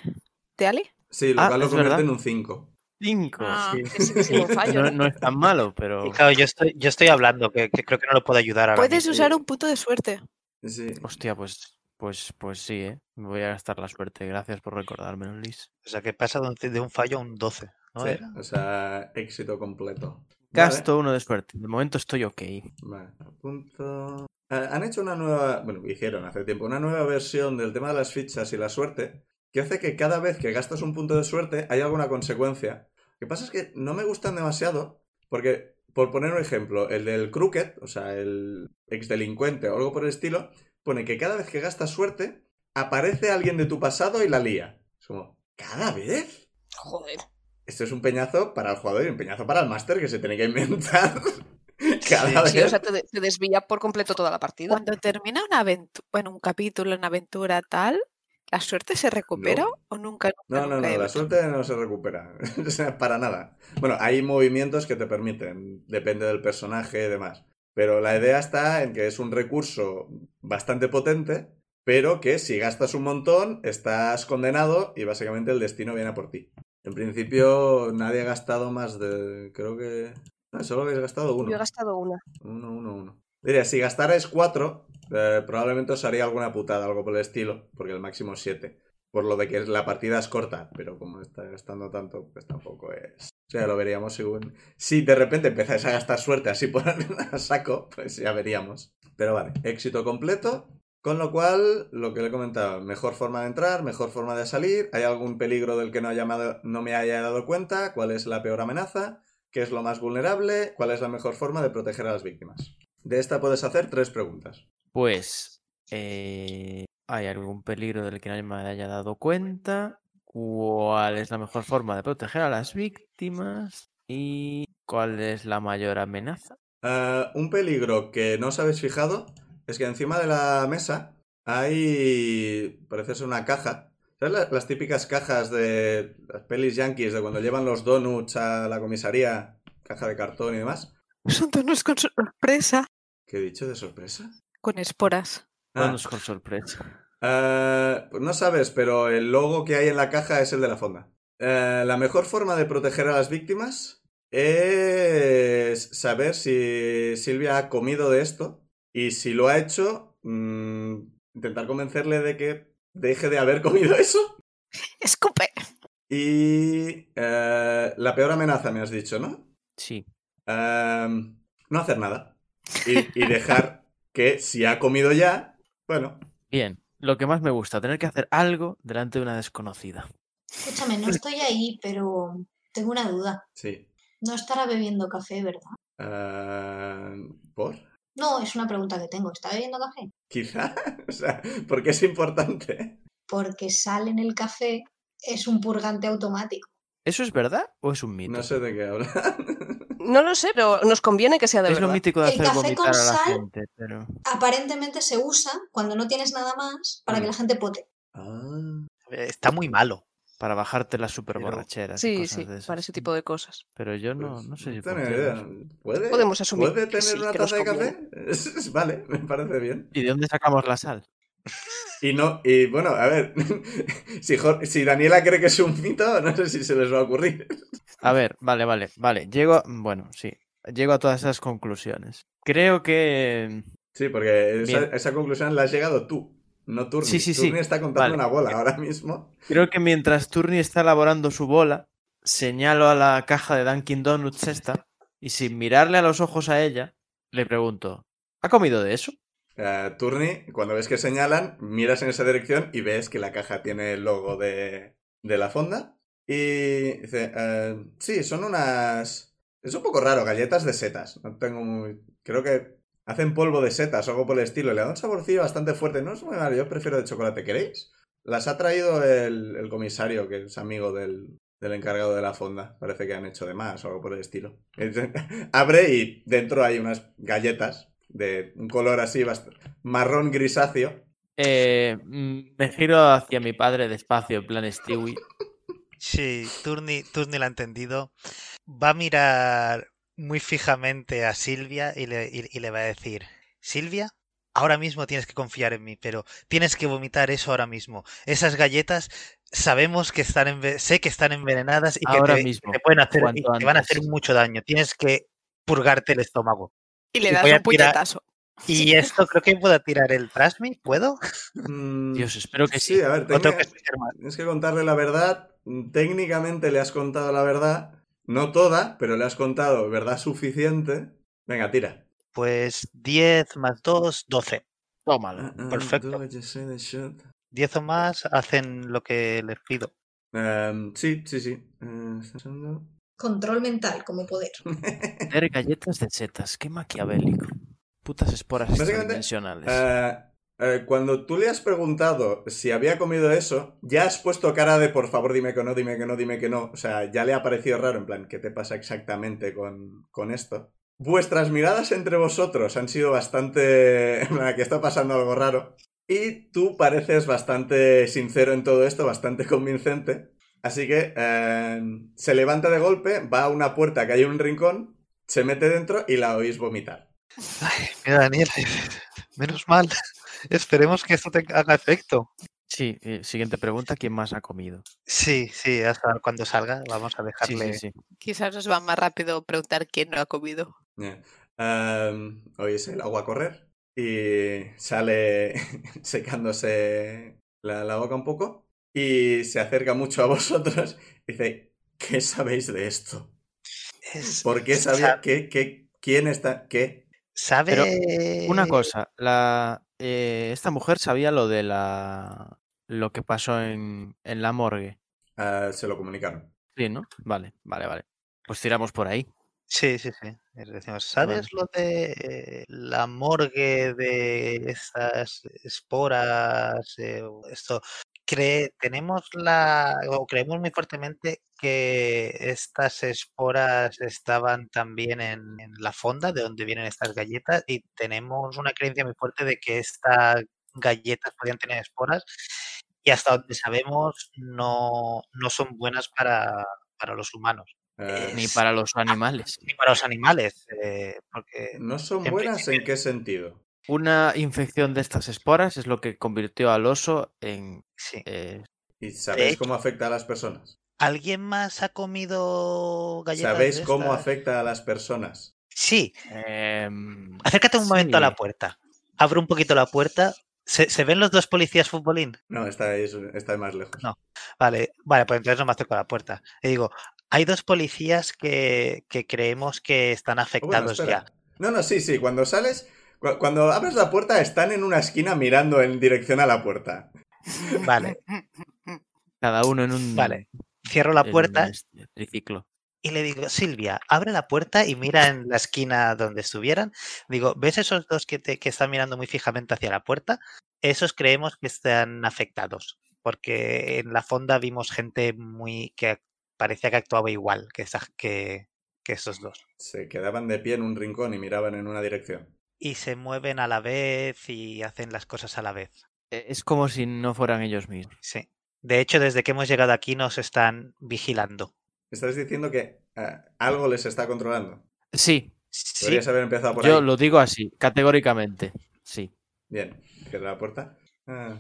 de Ale?
Sí, lo
Ah,
cual lo
es
convierte
verdad.
en un 5.
Cinco.
Ah,
sí.
Que sí, que sí, un fallo.
No, no es tan malo, pero
Y claro, yo estoy, yo estoy hablando, que, que creo que no lo puedo ayudar ahora.
Puedes
mismo.
usar un punto de suerte.
Sí.
hostia, pues, pues, pues sí, ¿eh? Me voy a gastar la suerte. Gracias por recordármelo, Liz.
O sea, que pasa de un, de un fallo a un 12. ¿no
Sí,
era?
o sea, éxito completo.
Gasto uno de suerte. De momento estoy ok.
Vale, vale, apunto. Ah, Han hecho una nueva, bueno, hicieron hace tiempo, una nueva versión del tema de las fichas y la suerte, que hace que cada vez que gastas un punto de suerte hay alguna consecuencia. Lo que pasa es que no me gustan demasiado, porque, por poner un ejemplo, el del Crooked, o sea, el exdelincuente o algo por el estilo, pone que cada vez que gastas suerte, aparece alguien de tu pasado y la lía. Es como, ¿cada vez?
Joder.
Esto es un peñazo para el jugador y un peñazo para el máster que se tiene que inventar. Cada
Sí,
vez.
o sea, te, de- te desvía por completo toda la partida.
Cuando termina una aventura, bueno, un capítulo, una aventura tal, ¿la suerte se recupera
No.
o nunca?
No, no,
nunca, nunca
no,
hay
la
aventura?
suerte no se recupera. O sea, para nada. Bueno, hay movimientos que te permiten, depende del personaje y demás. Pero la idea está en que es un recurso bastante potente, pero que si gastas un montón, estás condenado y básicamente el destino viene a por ti. En principio, nadie ha gastado más de. Creo que. No, solo habéis gastado uno.
Yo he gastado una.
Uno, uno, uno. Diría, si gastarais cuatro, eh, probablemente os haría alguna putada, algo por el estilo, porque el máximo es siete. Por lo de que la partida es corta, pero como está gastando tanto, pues tampoco es. O sea, lo veríamos según. Si de repente empezáis a gastar suerte así por a saco, pues ya veríamos. Pero vale, éxito completo. Con lo cual, lo que le he comentado, mejor forma de entrar, mejor forma de salir, ¿hay algún peligro del que no, haya ma- no me haya dado cuenta? ¿Cuál es la peor amenaza? ¿Qué es lo más vulnerable? ¿Cuál es la mejor forma de proteger a las víctimas? De esta puedes hacer tres preguntas.
Pues, eh, ¿hay algún peligro del que nadie me haya dado cuenta? ¿Cuál es la mejor forma de proteger a las víctimas? ¿Y cuál es la mayor amenaza?
Ah, un peligro que no os habéis fijado es que encima de la mesa hay, parece ser una caja. ¿Sabes la- las típicas cajas de las pelis yankees de cuando llevan los donuts a la comisaría? Caja de cartón y demás.
Son tonos con sorpresa,
¿Qué he dicho de sorpresa?
con esporas.
Ah,
Vamos con sorpresa.
Eh, pues no sabes, pero el logo que hay en la caja es el de la fonda. Eh, la mejor forma de proteger a las víctimas es saber si Silvia ha comido de esto y si lo ha hecho, mm, intentar convencerle de que deje de haber comido eso.
Escupe.
Y eh, la peor amenaza, me has dicho, ¿no?
Sí.
Em, no hacer nada y, y dejar que si ha comido ya, bueno,
Bien. Lo que más me gusta, tener que hacer algo delante de una desconocida.
Escúchame, no estoy ahí, pero tengo una duda.
sí.
No estará bebiendo café, ¿verdad?
Em, ¿Por?
No, es una pregunta que tengo. ¿Está bebiendo café?
Quizá, o sea, porque es importante.
Porque sale en el café, es un purgante automático.
¿Eso es verdad o es un mito?
No sé de qué hablar.
No lo sé, pero nos conviene que sea de
es lo
verdad.
mítico de
El
hacer
café con
vomitar a la
sal
gente, pero...
Aparentemente se usa cuando no tienes nada más para que
Mm.
la gente pote.
Ah,
Eh, Está muy malo.
Para bajarte las super
Pero-
borracheras y
Sí,
cosas
sí,
de esas.
para ese tipo de cosas.
Pero yo no, no sé si...
pues tengo ni idea.
funciona eso.
¿Puede,
Podemos asumir
¿Puede
que
tener
sí,
una
que nos
taza de café? vale, me parece bien.
¿Y de dónde sacamos la sal?
Y no, y bueno, a ver, si, Jor- si Daniela cree que es un mito, no sé si se les va a ocurrir.
A ver, vale, vale, vale. Llego, a- bueno, sí. Llego a todas esas conclusiones. Creo que
Sí, porque esa,
Bien.
esa conclusión la has llegado tú, no Turni.
Sí, sí, sí.
Turni está contando
Vale. Eh,
una bola ahora mismo.
Creo que mientras Turni está elaborando su bola, señalo a la caja de Dunkin' Donuts esta y sin mirarle a los ojos a ella, le pregunto, ¿ha comido de eso?
Eh, Turni, cuando ves que señalan, miras en esa dirección y ves que la caja tiene el logo de, de la fonda. Y dice, eh, sí, son unas... Es un poco raro, galletas de setas. No tengo muy... Creo que hacen polvo de setas o algo por el estilo. Le da un saborcillo bastante fuerte. No es muy malo, yo prefiero de chocolate. ¿Queréis? Las ha traído el, el comisario, que es amigo del, del encargado de la fonda. Parece que han hecho de más o algo por el estilo. Abre y dentro hay unas galletas de un color así bast- marrón grisáceo.
Eh, mm, me giro hacia mi padre despacio, en plan Stewie.
Sí, Turni, Turni la ha entendido. Va a mirar muy fijamente a Silvia y le, y- y le va a decir, Silvia, ahora mismo tienes que confiar en mí, pero tienes que vomitar eso ahora mismo. Esas galletas sabemos que están enve- sé que están envenenadas y que
Ahora
te,
mismo,
te pueden hacer, y
cuanto
te van a
antes.
hacer mucho daño. Tienes que purgarte el estómago.
Y le
Y
das
voy a
un
tirar-
puñetazo.
Y esto creo que puedo tirar el Trasmi, ¿puedo?
Mm,
Dios, espero que sí.
sí, a ver,
O tengo
técnica-
que ser más.
tienes que contarle la verdad. Mm, Técnicamente le has contado la verdad. No toda, pero le has contado verdad suficiente. Venga, tira.
Pues 10 más 2, 12.
Tómalo.
Perfecto.
Ah, ah, do what you say they should.
10 o más hacen lo que les pido.
Em, sí, sí, sí. Eh, ¿estás usando?
Control mental como poder.
Tener galletas de setas, qué maquiavélico. Putas esporas
Básicamente,
dimensionales.
Eh, eh, cuando tú le has preguntado si había comido eso, ya has puesto cara de por favor dime que no, dime que no, dime que no. O sea, ya le ha parecido raro, en plan, ¿qué te pasa exactamente con, con esto? Vuestras miradas entre vosotros han sido bastante... en plan, que está pasando algo raro. Y tú pareces bastante sincero en todo esto, bastante convincente. Así que eh, se levanta de golpe, va a una puerta que hay en un rincón, se mete dentro y la oís vomitar.
Mira, Daniel, menos mal. Esperemos que esto te haga efecto.
Sí, eh, siguiente pregunta, ¿quién más ha comido?
Sí, sí, hasta cuando salga vamos a
Sí,
dejarle.
sí, sí.
Quizás nos va más rápido preguntar quién no ha comido.
Ya. Am, oís el agua correr y sale secándose la, la boca un poco y se acerca mucho a vosotros y dice, ¿qué sabéis de esto?
Es-
¿Por qué
sa-
sabéis qué, qué, quién está? ¿Qué?
Sabe.
Pero Una
Eh,
cosa, la, eh, esta mujer sabía lo de la lo que pasó en, en la morgue.
Ah, se lo comunicaron.
Sí, ¿no? Vale, vale, vale. Pues tiramos por ahí.
Sí, sí, sí. Les decimos, ¿sabes lo de eh, la morgue de esas esporas? eh, o esto. Cree, tenemos la. o creemos muy fuertemente que estas esporas estaban también en, en la fonda de donde vienen estas galletas y tenemos una creencia muy fuerte de que estas galletas podían tener esporas y hasta donde sabemos no, no son buenas para, para los humanos
Ah,
Ni
Es-
para los animales.
ni para los animales, eh, porque
¿No son
en
buenas en qué sentido?
Una infección de estas esporas es lo que convirtió al oso en...
sí.
eh,
¿Y sabéis
hecho-
cómo afecta a las personas?
¿Alguien más ha comido galletas?
¿Sabéis
de
cómo
estas?
afecta a las personas?
Sí,
em,
acércate un momento a
sí.
la puerta. Abro un poquito la puerta. ¿Se, se ven los dos policías futbolín?
No, estáis, estáis más lejos.
Vale, vale, pues entonces no me acerco a la puerta. Y digo, hay dos policías que, que creemos que están
Oh, bueno,
afectados
espera.
ya.
No, no, sí, sí. Cuando sales, cu- cuando abres la puerta, están en una esquina mirando en dirección a la puerta.
Vale,
Cada uno en un...
Vale. cierro la
en un
puerta
este- triciclo.
Y le digo, Silvia, abre la puerta y mira en la esquina donde estuvieran. Digo, ¿ves esos dos que, te- que están mirando muy fijamente hacia la puerta? Esos creemos que están afectados, porque en la fonda vimos gente muy que ac- parecía que actuaba igual que, esas- que, que esos dos.
Se quedaban de pie en un rincón y miraban en una dirección.
Y se mueven a la vez y hacen las cosas a la vez.
Eh, Es como si no fueran ellos mismos.
Sí. De hecho, desde que hemos llegado aquí nos están vigilando.
Estás diciendo que ah, algo les está controlando.
Sí,
Sí,
Podrías haber empezado por
yo
ahí.
lo digo así, categóricamente. Sí.
Bien, cierra la puerta. Ah,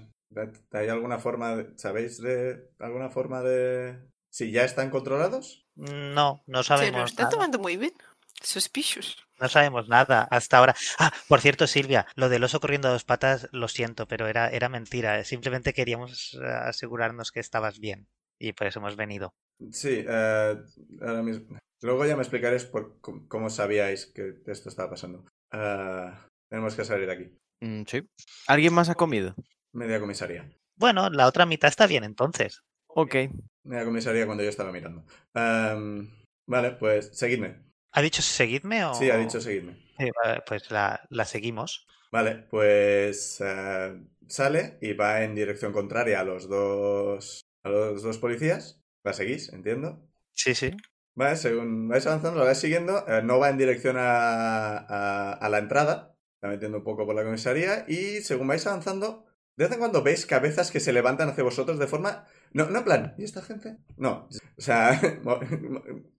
¿Hay alguna forma, de- sabéis de alguna forma de si ya están controlados?
No, no
Se lo
sabemos
está
nada.
tomando muy bien. Suspicious.
No sabemos nada hasta ahora. Ah, por cierto, Silvia, lo del oso corriendo a dos patas, lo siento, pero era, era mentira. Simplemente queríamos eh, asegurarnos que estabas bien. Y por eso hemos venido.
Sí, eh, ahora mismo. Luego ya me explicaréis por cómo, cómo sabíais que esto estaba pasando. Ah, tenemos que salir de aquí.
Mm, sí. ¿Alguien más ha comido?
Media comisaría.
Bueno, la otra mitad está bien entonces.
Ok.
Media comisaría cuando yo estaba mirando. Am, vale, pues seguidme.
¿Ha dicho seguidme o...?
Sí, ha dicho seguidme.
Sí, vale, Pues la, la seguimos.
Vale, pues eh, sale y va en dirección contraria a los dos a los dos policías. La seguís, entiendo.
Sí, sí.
Vale, según vais avanzando, la vais siguiendo. eh, no va en dirección a, a- a la entrada. Está metiendo un poco por la comisaría. Y según vais avanzando, de vez en cuando veis cabezas que se levantan hacia vosotros de forma. No, no en plan. ¿Y esta gente? No. O sea, mo-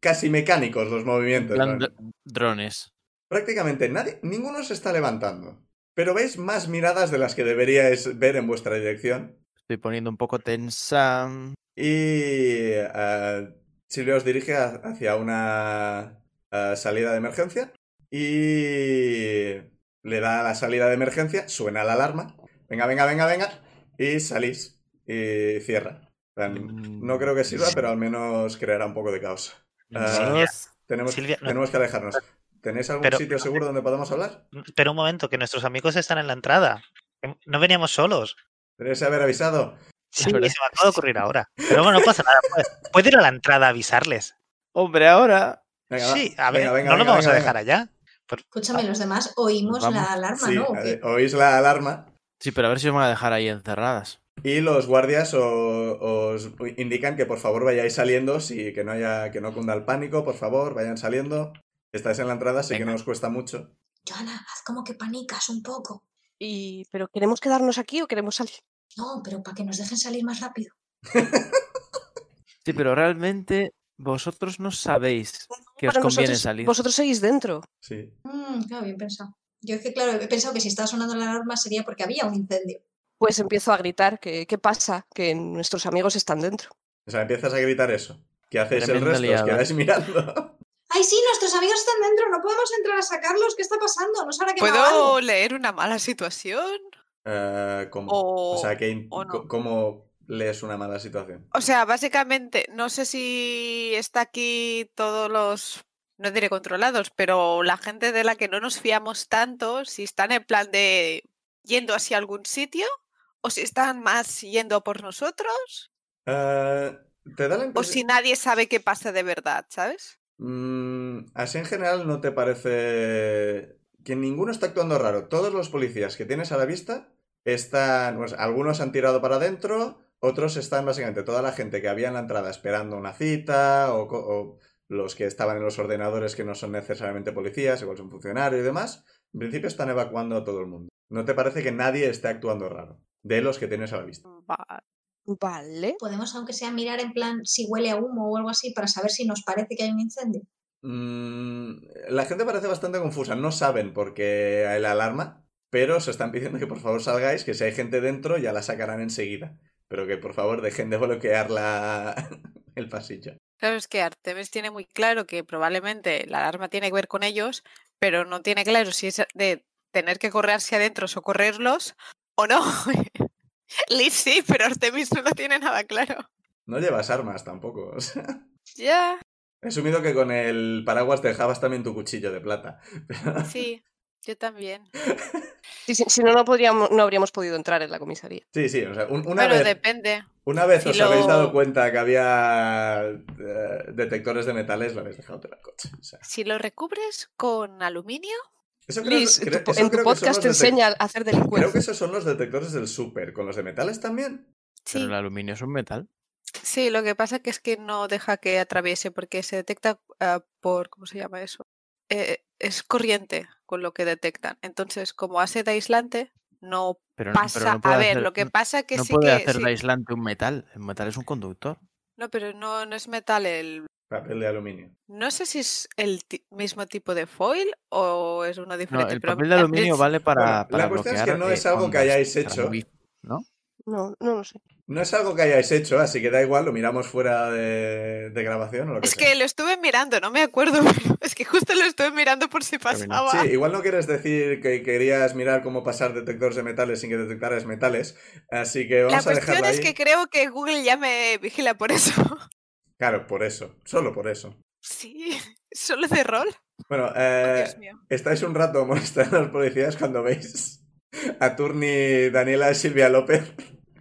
casi mecánicos los movimientos.
Plan
¿no?
dro- drones.
Prácticamente nadie, ninguno se está levantando. Pero veis más miradas de las que deberíais ver en vuestra dirección.
Estoy poniendo un poco tensa.
Y eh, Silvia os dirige a- hacia una eh, salida de emergencia. Y le da la salida de emergencia, suena la alarma. Venga, venga, venga, venga. Y salís. Y cierra. En plan, No creo que sirva, pero ah, al menos creará un poco de caos.
Mm,
Silvia,
Tenemos,
Silvia, no-
tenemos que alejarnos. ¿Tenéis algún
Pero-
sitio seguro donde podamos hablar?
Mm, Pero un momento, que nuestros amigos están en la entrada. Em- No veníamos solos.
Tenéis que haber avisado.
Sí,
verdad.
se me acaba de ocurrir ahora. Pero bueno, no pasa nada. puede- Puede ir a la entrada a avisarles.
Hombre, ahora.
Venga, va.
Sí, a ver,
Venga, venga,
no lo
venga,
vamos a
venga,
dejar allá.
Escúchame, los demás oímos
Vamos.
la alarma,
Sí,
Ah, ¿no? ¿O
a
qué?
ver, oís la alarma
Sí, pero a ver si os van a dejar ahí encerradas.
y los guardias o- os indican que por favor vayáis saliendo, si que no haya que no cunda el pánico, por favor, vayan saliendo. Estáis en la entrada, así que
Venga.
no os cuesta mucho.
Joana, haz como que panicas un poco.
Y, ¿Pero queremos quedarnos aquí o queremos salir?
No, pero para que nos dejen salir más rápido.
Sí, pero realmente vosotros no sabéis que os
Para
conviene
nosotros-
salir.
Vosotros seguís dentro.
Sí.
Mm, claro, bien pensado. Yo es que, claro, he pensado que si estaba sonando la alarma sería porque había un incendio.
Pues empiezo a gritar que qué pasa, que nuestros amigos están dentro.
O sea, empiezas a gritar eso. ¿Qué hacéis el
Tremenda
resto?
liada.
Os quedáis mirando.
¡Ay, sí! Nuestros amigos están dentro. No podemos entrar a sacarlos. ¿Qué está pasando? No sabrá que
¿Puedo leer una mala situación?
Eh, ¿Cómo?
O-
sea, que in-
o no.
co- ¿cómo lees una mala situación?
O sea, básicamente, no sé si está aquí todos los, no diré controlados, pero la gente de la que no nos fiamos tanto, si están en plan de yendo hacia algún sitio o si están más yendo a por nosotros
Eh, ¿Te da la
o
impresión?
si nadie sabe qué pasa de verdad, ¿sabes?
Mm, así en general no te parece que ninguno está actuando raro. Todos los policías que tienes a la vista están, pues, algunos han tirado para adentro, otros están básicamente toda la gente que había en la entrada esperando una cita o, co- o los que estaban en los ordenadores que no son necesariamente policías, igual son funcionarios y demás. En principio están evacuando a todo el mundo. No te parece que nadie esté actuando raro de los que tienes a la vista.
Va-
Vale.
Podemos, aunque sea, mirar en plan si huele a humo o algo así para saber si nos parece que hay un incendio.
Mm, la gente parece bastante confusa. No saben por qué hay la alarma, pero se están pidiendo que por favor salgáis, que si hay gente dentro ya la sacarán enseguida. Pero que por favor dejen de bloquear la... el pasillo.
Claro, es que Artemis tiene muy claro que probablemente la alarma tiene que ver con ellos, pero no tiene claro si es de tener que correr hacia adentro, socorrerlos o no. Liz sí, pero Artemis no lo tiene nada claro.
No llevas armas tampoco. o sea,
Ya,
he asumido que con el paraguas dejabas también tu cuchillo de plata. pero-
sí, yo también.
Si, si- si no, no, podríamos, no habríamos podido entrar en la comisaría.
Sí, sí, o sea, un- una
Pero
vez...
depende.
Una vez
Si
os habéis
lo-
dado cuenta que había eh, detectores de metales, lo habéis dejado todo el coche. o sea,
Si lo recubres con aluminio,
eso creo-
Liz,
creo-
tu po-
eso
en tu
creo que son
podcast
los
te
detec-
enseña a hacer
Pues
Creo que
delincuencia.
esos son los detectores del súper. ¿Con los de metales también?
Pero
sí.
el aluminio es un metal.
Sí, lo que pasa que es que no deja que atraviese porque se detecta ah, por, ¿cómo se llama eso? Eh, es corriente con lo que detectan. Entonces, como hace de aislante, no
Pero, no- pero
pasa.
no puede
a ver,
hacer-
lo que
no-
pasa que
no
sí
puede
que.
hacer
sí-
de aislante un metal. El metal es un conductor.
No, pero no, no es metal el.
Papel de aluminio.
No sé si es el ti- mismo tipo de foil o es uno
No,
diferente.
el
pero
papel de aluminio
es-
vale para,
Bueno,
para
la cuestión es
bloquear,
que no
eh,
es algo que
ondas
hayáis
para
hecho.
wifi.
No, no lo sé.
No es algo que hayáis hecho, así que da igual, lo miramos fuera de, de grabación o lo que
Es
sea.
que lo estuve mirando, no me acuerdo, pero es que justo lo estuve mirando por si pasaba.
Sí, igual no quieres decir que querías mirar cómo pasar detectores de metales sin que detectaras metales, así que
La
vamos a
cuestión
dejarlo
es
ahí.
que creo que Google ya me vigila por eso.
Claro, por eso, solo por eso.
Sí, solo de rol.
Bueno,
Oh,
eh,
Dios mío.
estáis un rato molestando a los policías cuando veis a Turni Daniela Silvia López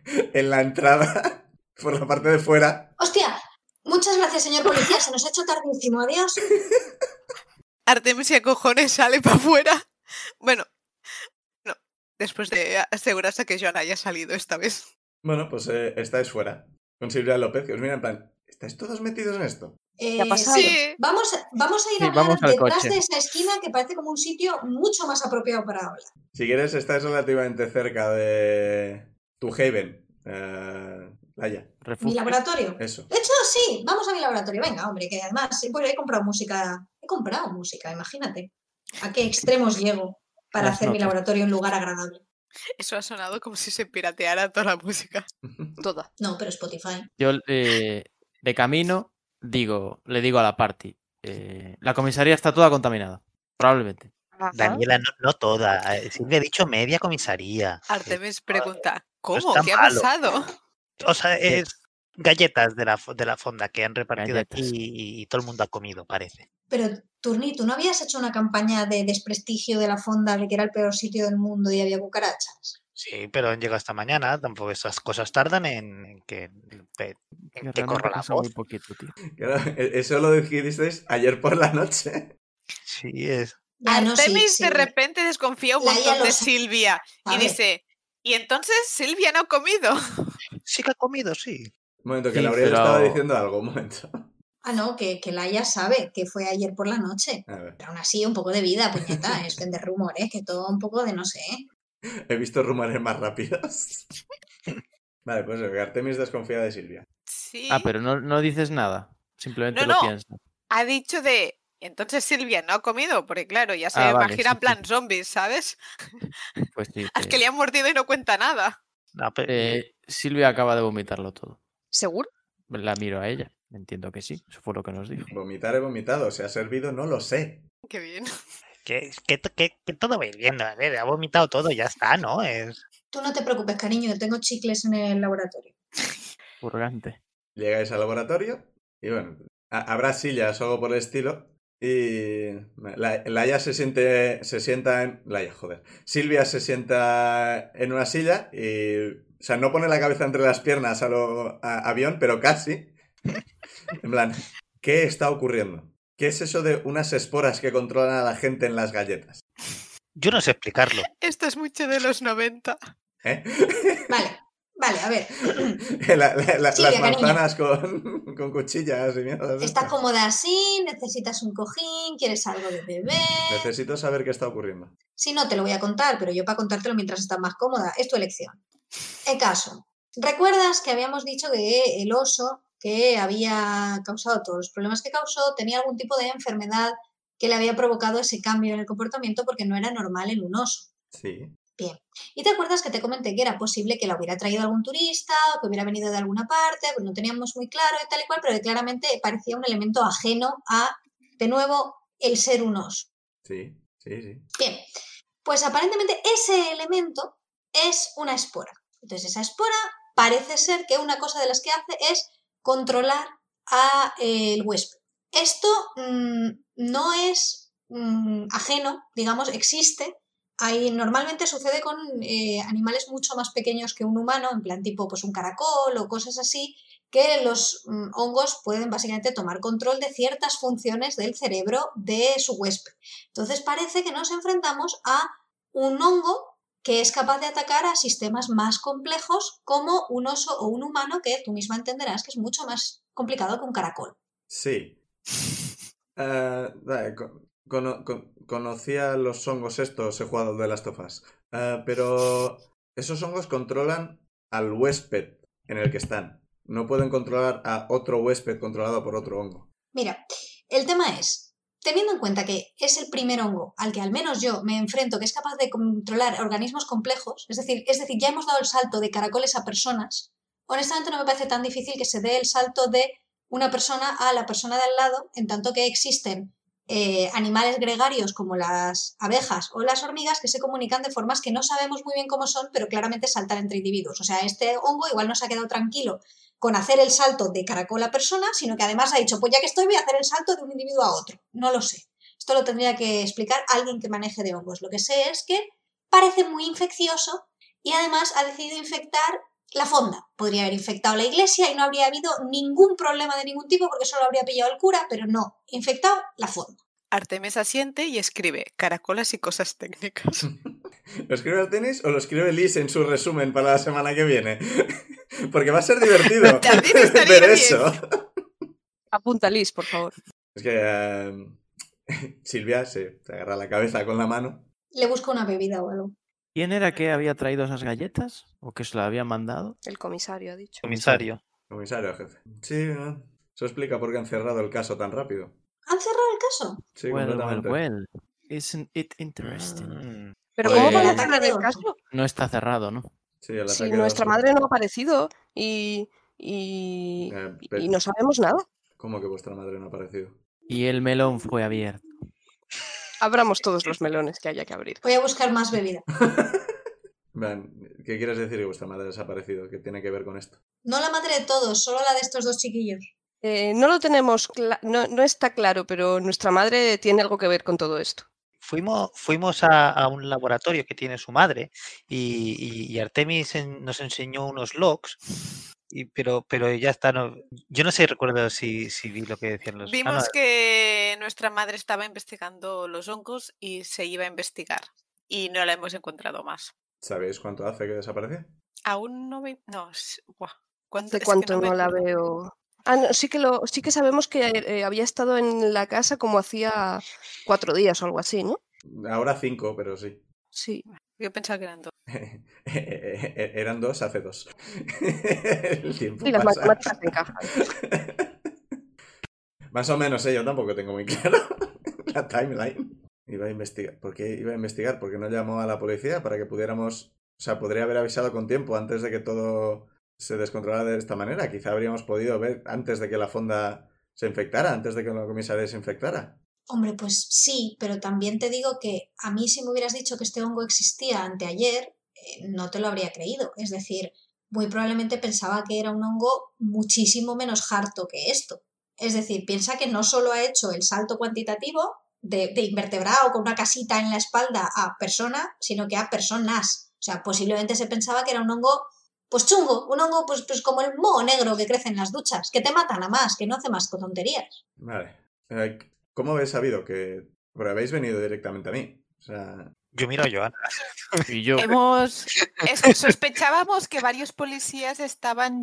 en la entrada, por la parte de fuera.
¡Hostia! Muchas gracias, señor policía. Se nos ha hecho tardísimo. Adiós.
Artemisia cojones sale para afuera. Bueno, no, después de asegurarse que Joana haya salido esta vez.
Bueno, pues eh, estáis fuera con Silvia López, que os mira en plan, ¿estáis todos metidos en esto?
Eh,
ha pasado?
sí.
Sí,
Vamos, a- vamos a ir
Sí,
a hablar
vamos al
detrás
coche.
de esa esquina que parece como un sitio mucho más apropiado para hablar.
Si quieres, estás relativamente cerca de tu haven. Eh, Laia,
Mi
Refugio.
laboratorio.
eso.
De hecho, sí, vamos a mi laboratorio. Venga, hombre, que además sí, pues he comprado música. He comprado música, imagínate. ¿A qué extremos llego para
Las
hacer mi
notas.
laboratorio un lugar agradable?
eso ha sonado como si se pirateara toda la música.
Toda.
No, pero Spotify.
Yo eh, de camino digo, le digo a la party, eh, la comisaría está toda contaminada, probablemente.
Daniela, no, no toda. eh, Sí, le he dicho media comisaría.
Artemis pregunta, ¿cómo?
está
¿Qué ha
malo.
pasado?
O sea, es galletas de la, fo- de la fonda que han repartido
Galletas.
aquí y, y todo el mundo ha comido, parece.
Pero, Turni, ¿tú no habías hecho una campaña de desprestigio de la fonda de que era el peor sitio del mundo y había cucarachas?
Sí, pero han llegado hasta mañana. Tampoco esas cosas tardan en, en que en pe- en
Que
que
realmente
corra la
pasa muy
voz.
poquito, tío.
Claro, e- Eso lo decidisteis ayer por la noche.
Sí, es.
Ya, no, sí,
Artemis
sí.
de repente desconfía un
Laia
montón
lo
de
sa-
Silvia
A
y
ver,
dice, ¿y entonces Silvia no ha comido?
Sí que ha comido, sí.
Un momento, que
Sí,
Laurel
pero-
estaba diciendo algo. Un momento.
Ah, no, que, que Laia sabe que fue ayer por la noche.
A ver,
Pero aún así, un poco de vida, puñeta, es de rumores, que todo un poco de no sé.
he visto rumores más rápidos. Vale, pues eso, que Artemis desconfía de Silvia.
Sí.
Ah, pero no, no dices nada, simplemente
No,
lo
no.
piensas.
ha dicho de. Entonces Silvia no ha comido, porque claro, ya se
Ah, vale,
imagina
sí,
en plan
sí.
zombies, ¿sabes?
Pues sí,
Al
que-
que le han mordido y no cuenta nada.
No, pero-
eh, Silvia acaba de vomitarlo todo.
¿Seguro?
La miro a ella, entiendo que sí, eso fue lo que nos dijo.
Vomitar he vomitado, se ha servido, no lo sé.
Qué bien.
que, que, to- que- que todo va a ir bien. A ver, ha vomitado todo, ya está, ¿no? Es,
Tú no te preocupes, cariño, yo tengo chicles en el laboratorio.
Purgante.
Llegáis al laboratorio y bueno, ha- habrá sillas o algo por el estilo. Y La- Laia se siente, se sienta en... Laia, joder. Silvia se sienta en una silla y... O sea, no pone la cabeza entre las piernas a lo a- avión, pero casi. En plan, ¿qué está ocurriendo? ¿Qué es eso de unas esporas que controlan a la gente en las galletas?
yo no sé explicarlo.
Esto es mucho de los 90.
¿Eh?
Vale, vale, a ver.
La- la- la-
Silvia,
las
cariño.
manzanas con, con cuchillas y mierdas.
Estás
estas.
cómoda así, necesitas un cojín, quieres algo de beber.
Necesito saber qué está ocurriendo.
Si no, te lo voy a contar, pero yo para contártelo mientras estás más cómoda. Es tu elección. En caso, ¿recuerdas que habíamos dicho que el oso que había causado todos los problemas que causó tenía algún tipo de enfermedad que le había provocado ese cambio en el comportamiento porque no era normal en un oso?
Sí.
Y te acuerdas que te comenté que era posible que la hubiera traído algún turista o que hubiera venido de alguna parte, pues no teníamos muy claro y tal y cual, pero que claramente parecía un elemento ajeno a, de nuevo, el ser un oso.
Sí, sí, sí.
Bien, pues aparentemente ese elemento es una espora. Entonces esa espora parece ser que una cosa de las que hace es controlar a eh, el huésped. Esto mm, no es mm, ajeno, digamos, existe. Ahí normalmente sucede con eh, animales mucho más pequeños que un humano, en plan tipo pues un caracol o cosas así, que los mm, hongos pueden básicamente tomar control de ciertas funciones del cerebro de su huésped. Entonces parece que nos enfrentamos a un hongo que es capaz de atacar a sistemas más complejos como un oso o un humano, que tú misma entenderás que es mucho más complicado que un caracol.
Sí. Eh, vale, co- cono- con- conocía los hongos estos, he jugado al de las tofas. Eh, pero esos hongos controlan al huésped en el que están. No pueden controlar a otro huésped controlado por otro hongo.
Mira, el tema es, Teniendo en cuenta que es el primer hongo al que al menos yo me enfrento, que es capaz de controlar organismos complejos, es decir, es decir, ya hemos dado el salto de caracoles a personas, honestamente no me parece tan difícil que se dé el salto de una persona a la persona de al lado, en tanto que existen eh, animales gregarios como las abejas o las hormigas que se comunican de formas que no sabemos muy bien cómo son, pero claramente saltan entre individuos. O sea, este hongo igual no se ha quedado tranquilo con hacer el salto de caracol a persona, sino que además ha dicho, pues ya que estoy voy a hacer el salto de un individuo a otro. No lo sé. Esto lo tendría que explicar alguien que maneje de hongos. Lo que sé es que parece muy infeccioso y además ha decidido infectar la fonda. Podría haber infectado la iglesia y no habría habido ningún problema de ningún tipo porque solo habría pillado el cura, pero no, infectado la fonda.
Artemis asiente y escribe caracolas y cosas técnicas.
¿Lo escribe Artemis o lo escribe Liz en su resumen para la semana que viene? Porque va a ser divertido
También estaría
ver
bien.
eso.
Apunta, Liz, por favor.
Es que eh, Silvia se agarra la cabeza con la mano.
Le busco una bebida o algo.
¿Quién era que había traído esas galletas? ¿O que se las había mandado?
El comisario ha dicho.
Comisario.
Comisario, jefe. Sí, ¿no? Eso explica por qué han cerrado el caso tan rápido.
¿Han cerrado el caso?
Sí,
well, well,
pues,
completamente.
well. Isn't it interesting?
Mm.
Pero ¿cómo van a
Pues-
cerrar el caso?
No está cerrado, ¿no?
Sí, el
Si
ataque de
nuestra
oso.
madre no ha aparecido y, y,
Eh, pero-
y no sabemos nada.
¿Cómo que vuestra madre no ha aparecido?
Y el melón fue abierto.
Abramos todos los melones que haya que abrir.
Voy a buscar más bebida.
Vean, ¿qué quieres decir que vuestra madre ha desaparecido? ¿Qué tiene que ver con esto?
No la madre de todos, solo la de estos dos chiquillos.
Eh, no lo tenemos, cla- no, no está claro, pero nuestra madre tiene algo que ver con todo esto.
Fuimos, fuimos a, a un laboratorio que tiene su madre y, y- y Artemis en- nos enseñó unos logs, y, pero, pero ya está. no- yo no sé, recuerdo si, si vi lo que decían los. ah, no,
Vimos que nuestra madre estaba investigando los hongos y se iba a investigar. Y no la hemos encontrado más.
¿Sabéis cuánto hace que desapareció?
Aún no ve... No, es- buah, ¿cuánto-
¿De
es que
cuánto no,
me
la
acuerdo.
veo? Ah, no, sí que lo, sí que sabemos que eh, había estado en la casa como hacía cuatro días o algo así, ¿no?
Ahora cinco, pero sí. E-,
Sí.
Yo pensaba que eran dos.
Eran dos hace dos. El tiempo
Y las
pasa.
matemáticas encajan.
Más o menos, ¿eh? yo tampoco tengo muy claro la timeline. Iba a investigar. ¿Por qué iba a investigar? Porque no llamó a la policía para que pudiéramos. O sea, podría haber avisado con tiempo antes de que todo se descontrolara de esta manera. Quizá habríamos podido ver antes de que la fonda se infectara, antes de que la comisaría se infectara.
Hombre, pues sí, pero también te digo que a mí si me hubieras dicho que este hongo existía anteayer, eh, no te lo habría creído. Es decir, muy probablemente pensaba que era un hongo muchísimo menos harto que esto. Es decir, piensa que no solo ha hecho el salto cuantitativo de, de invertebrado con una casita en la espalda a persona, sino que a personas. O sea, posiblemente se pensaba que era un hongo, pues chungo, un hongo pues, pues como el moho negro que crece en las duchas, que te matan a más, que no hace más tonterías.
Vale. Eh, ¿Cómo habéis sabido que.? Pero habéis venido directamente a mí. O sea,
Yo ah, miro a Joana.
Y yo,
Hemos... Es que sospechábamos que varios policías estaban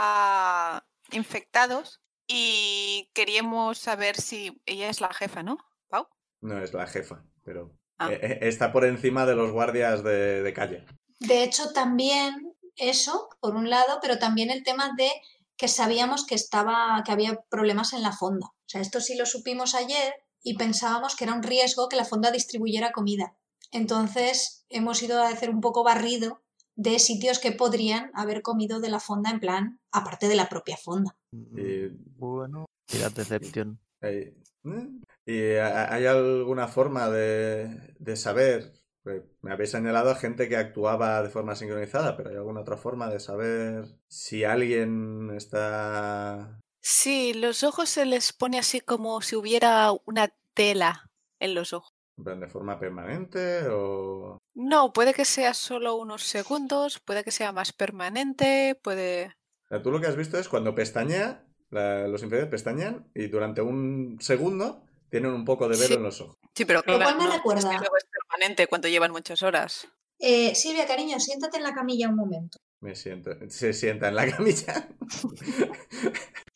ya infectados y queríamos saber si ella es la jefa, ¿no? Pau.
no es la jefa, pero.
Ah.
eh, eh, está por encima de los guardias de, de calle.
De hecho, también eso, por un lado, pero también el tema de que sabíamos que estaba, que había problemas en la fonda. O sea, esto sí lo supimos ayer y pensábamos que era un riesgo que la fonda distribuyera comida. Entonces, hemos ido a hacer un poco barrido de sitios que podrían haber comido de la fonda en plan, aparte de la propia fonda.
Mm.
Y
Eh,
bueno, tira Deception.
Ahí. Mm. ¿Y ha- hay alguna forma de, de saber? Porque Me habéis señalado a gente que actuaba de forma sincronizada, pero ¿hay alguna otra forma de saber si alguien está...
Sí, los ojos se les pone así como si hubiera una tela en los ojos.
en plan, de forma permanente o...
No, puede que sea solo unos segundos, puede que sea más permanente, puede...
O sea, tú lo que has visto es cuando pestañea, la- los inferiores pestañean y durante un segundo tienen un poco de velo
Sí.
en los ojos.
Sí, pero
Lo cual
claro,
me
no,
recuerda-
es que luego es permanente cuando llevan muchas horas.
Eh, Silvia, cariño, siéntate en la camilla un momento.
Me siento, se sienta en la camilla.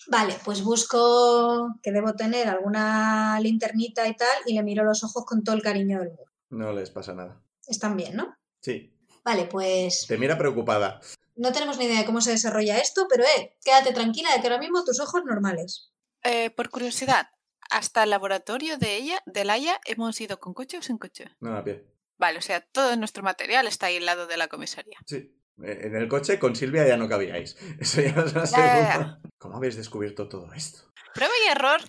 Vale, pues busco que debo tener alguna linternita y tal y le miro los ojos con todo el cariño del mundo.
No les pasa nada.
Están bien, ¿no?
Sí,
Vale, pues
te mira preocupada.
no tenemos ni idea de cómo se desarrolla esto, pero eh, quédate tranquila de que ahora mismo tus ojos normales.
Eh, por curiosidad, hasta el laboratorio de ella, de Laia, hemos ido con coche o sin coche.
No, a pie.
Vale, o sea, todo nuestro material está ahí al lado de la comisaría.
Sí. Eh, En el coche con Silvia ya no cabíais. Eso ya os
Ya, ya, ya.
aseguro. ¿Cómo habéis descubierto todo esto?
Prueba y error.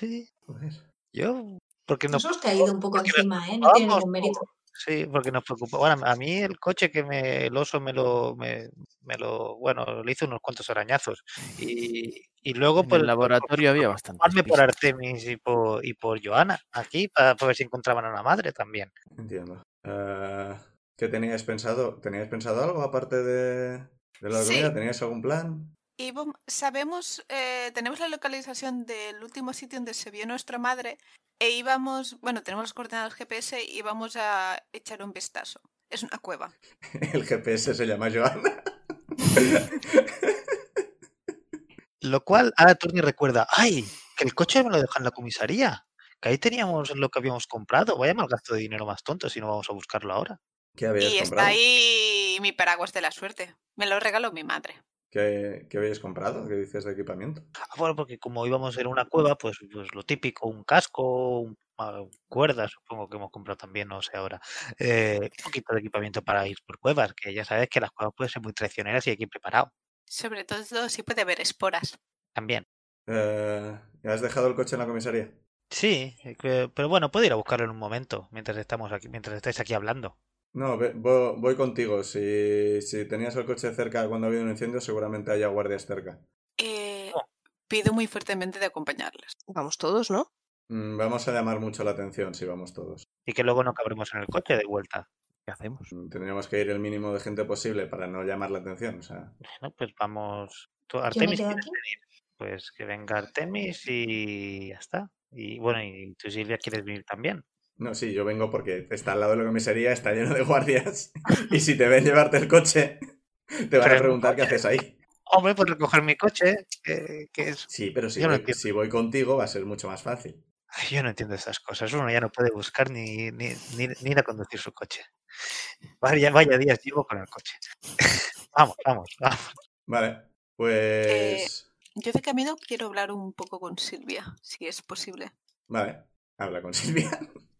Sí,
Joder.
yo. Porque nos
Nos hemos caído un poco
porque nos
encima, ¿eh? No tiene
preocupábamos
ningún mérito.
por- Sí, porque nos preocupa. Bueno, a mí el coche que me, el oso me lo, me, me lo, bueno, le hice unos cuantos arañazos. Y, y luego,
En
pues,
el laboratorio había bastante.
preocuparme por Artemis y por, y por Joana, aquí, para, ver si encontraban a la madre también.
Entiendo. Ah, ¿Qué teníais pensado? ¿Teníais pensado algo aparte de, de la
Sí.
comida? ¿Teníais algún plan?
Y vam- sabemos, eh, tenemos la localización del último sitio donde se vio nuestra madre e íbamos, bueno, tenemos los coordenadas GPS y vamos a echar un vistazo. Es una cueva.
El GPS se llama Joana.
Lo cual, ahora Turni recuerda, ¡ay! Que el coche me lo dejan en la comisaría. Que ahí teníamos lo que habíamos comprado. Vaya mal gasto de dinero más tonto si no vamos a buscarlo ahora.
¿Qué habéis
Y está
comprado?
ahí mi paraguas de la suerte. Me lo regaló mi madre.
¿Qué, qué habéis comprado? ¿Qué dices de equipamiento?
Ah, bueno, porque como íbamos en una cueva, pues, pues lo típico, un casco, un, ah, cuerdas, supongo que hemos comprado también, no sé ahora. eh, un poquito de equipamiento para ir por cuevas, que ya sabes que las cuevas pueden ser muy traicioneras y hay que ir preparado
Sobre todo si puede haber esporas.
también.
Eh, ¿Has dejado el coche en la comisaría?
Sí, eh, que- pero bueno, puedo ir a buscarlo en un momento, mientras estamos aquí, mientras estáis aquí hablando.
No, ve- vo- voy contigo. Si, si tenías el coche cerca cuando ha habido un incendio, seguramente haya guardias cerca.
Eh,
Oh.
pido muy fuertemente de acompañarles.
Vamos todos, ¿no?
Mm, Vamos a llamar mucho la atención si vamos todos.
Y que luego no cabremos en el coche de vuelta.
¿Qué hacemos?
Mm, Tendríamos que ir el mínimo de gente posible para no llamar la atención. O sea,
Bueno, pues vamos. Tú,
Yo me
Artemis,
quedo
¿quieres
aquí.
venir? Pues que venga Artemis y ya está. Y bueno, y tú Silvia quieres venir también.
no, sí, yo vengo porque está al lado de la comisaría, está lleno de guardias. Y si te ven llevarte el coche, te van
Pero
a
el
preguntar qué haces ahí.
Hombre, pues recoger mi coche, que, que es.
Sí, pero si
Yo no
voy,
entiendo.
si voy contigo va a ser mucho más fácil.
Ay, Yo no entiendo esas cosas. Uno ya no puede buscar ni, ni, ni, ni ir a conducir su coche. Vaya, vaya días llevo con el coche. vamos, vamos, vamos.
Vale, pues...
Yo de camino quiero hablar un poco con Silvia, si es posible.
Vale, habla con Silvia.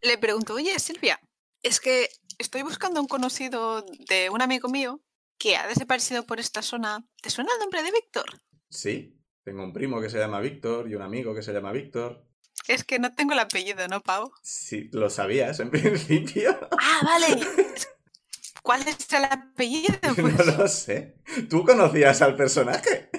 Le pregunto, oye, Silvia, es que estoy buscando un conocido de un amigo mío que ha desaparecido por esta zona. ¿Te suena el nombre de Víctor?
Sí, tengo un primo que se llama Víctor y un amigo que se llama Víctor.
Es que no tengo el apellido, ¿no, Pau?
Sí, lo sabías en principio.
Ah, vale. ¿Cuál es el apellido? Pues,
No lo sé. ¿Tú conocías al personaje?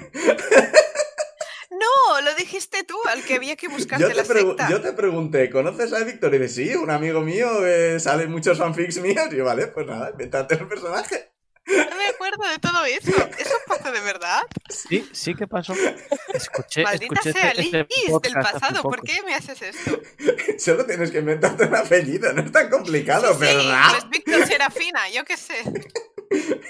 no, ¡Oh, lo dijiste tú, al que había que buscar
Yo
de
te,
la
pregu-
secta.
yo te pregunté, ¿conoces a Víctor? Y dices, sí, un amigo mío, eh, sale en muchos fanfics míos. Y yo, vale, pues nada, inventate el personaje.
No me acuerdo de todo eso. ¿Eso pasa de verdad?
Sí, sí que pasó. Escuché,
Maldita
escuché
sea
este-
Liz del
este podcast hace
pasado. ¿Por
poco.
qué me haces esto?
Solo tienes que inventarte un apellido, no es tan complicado,
Sí, sí,
¿verdad?
pues Víctor Serafina, yo qué sé. pues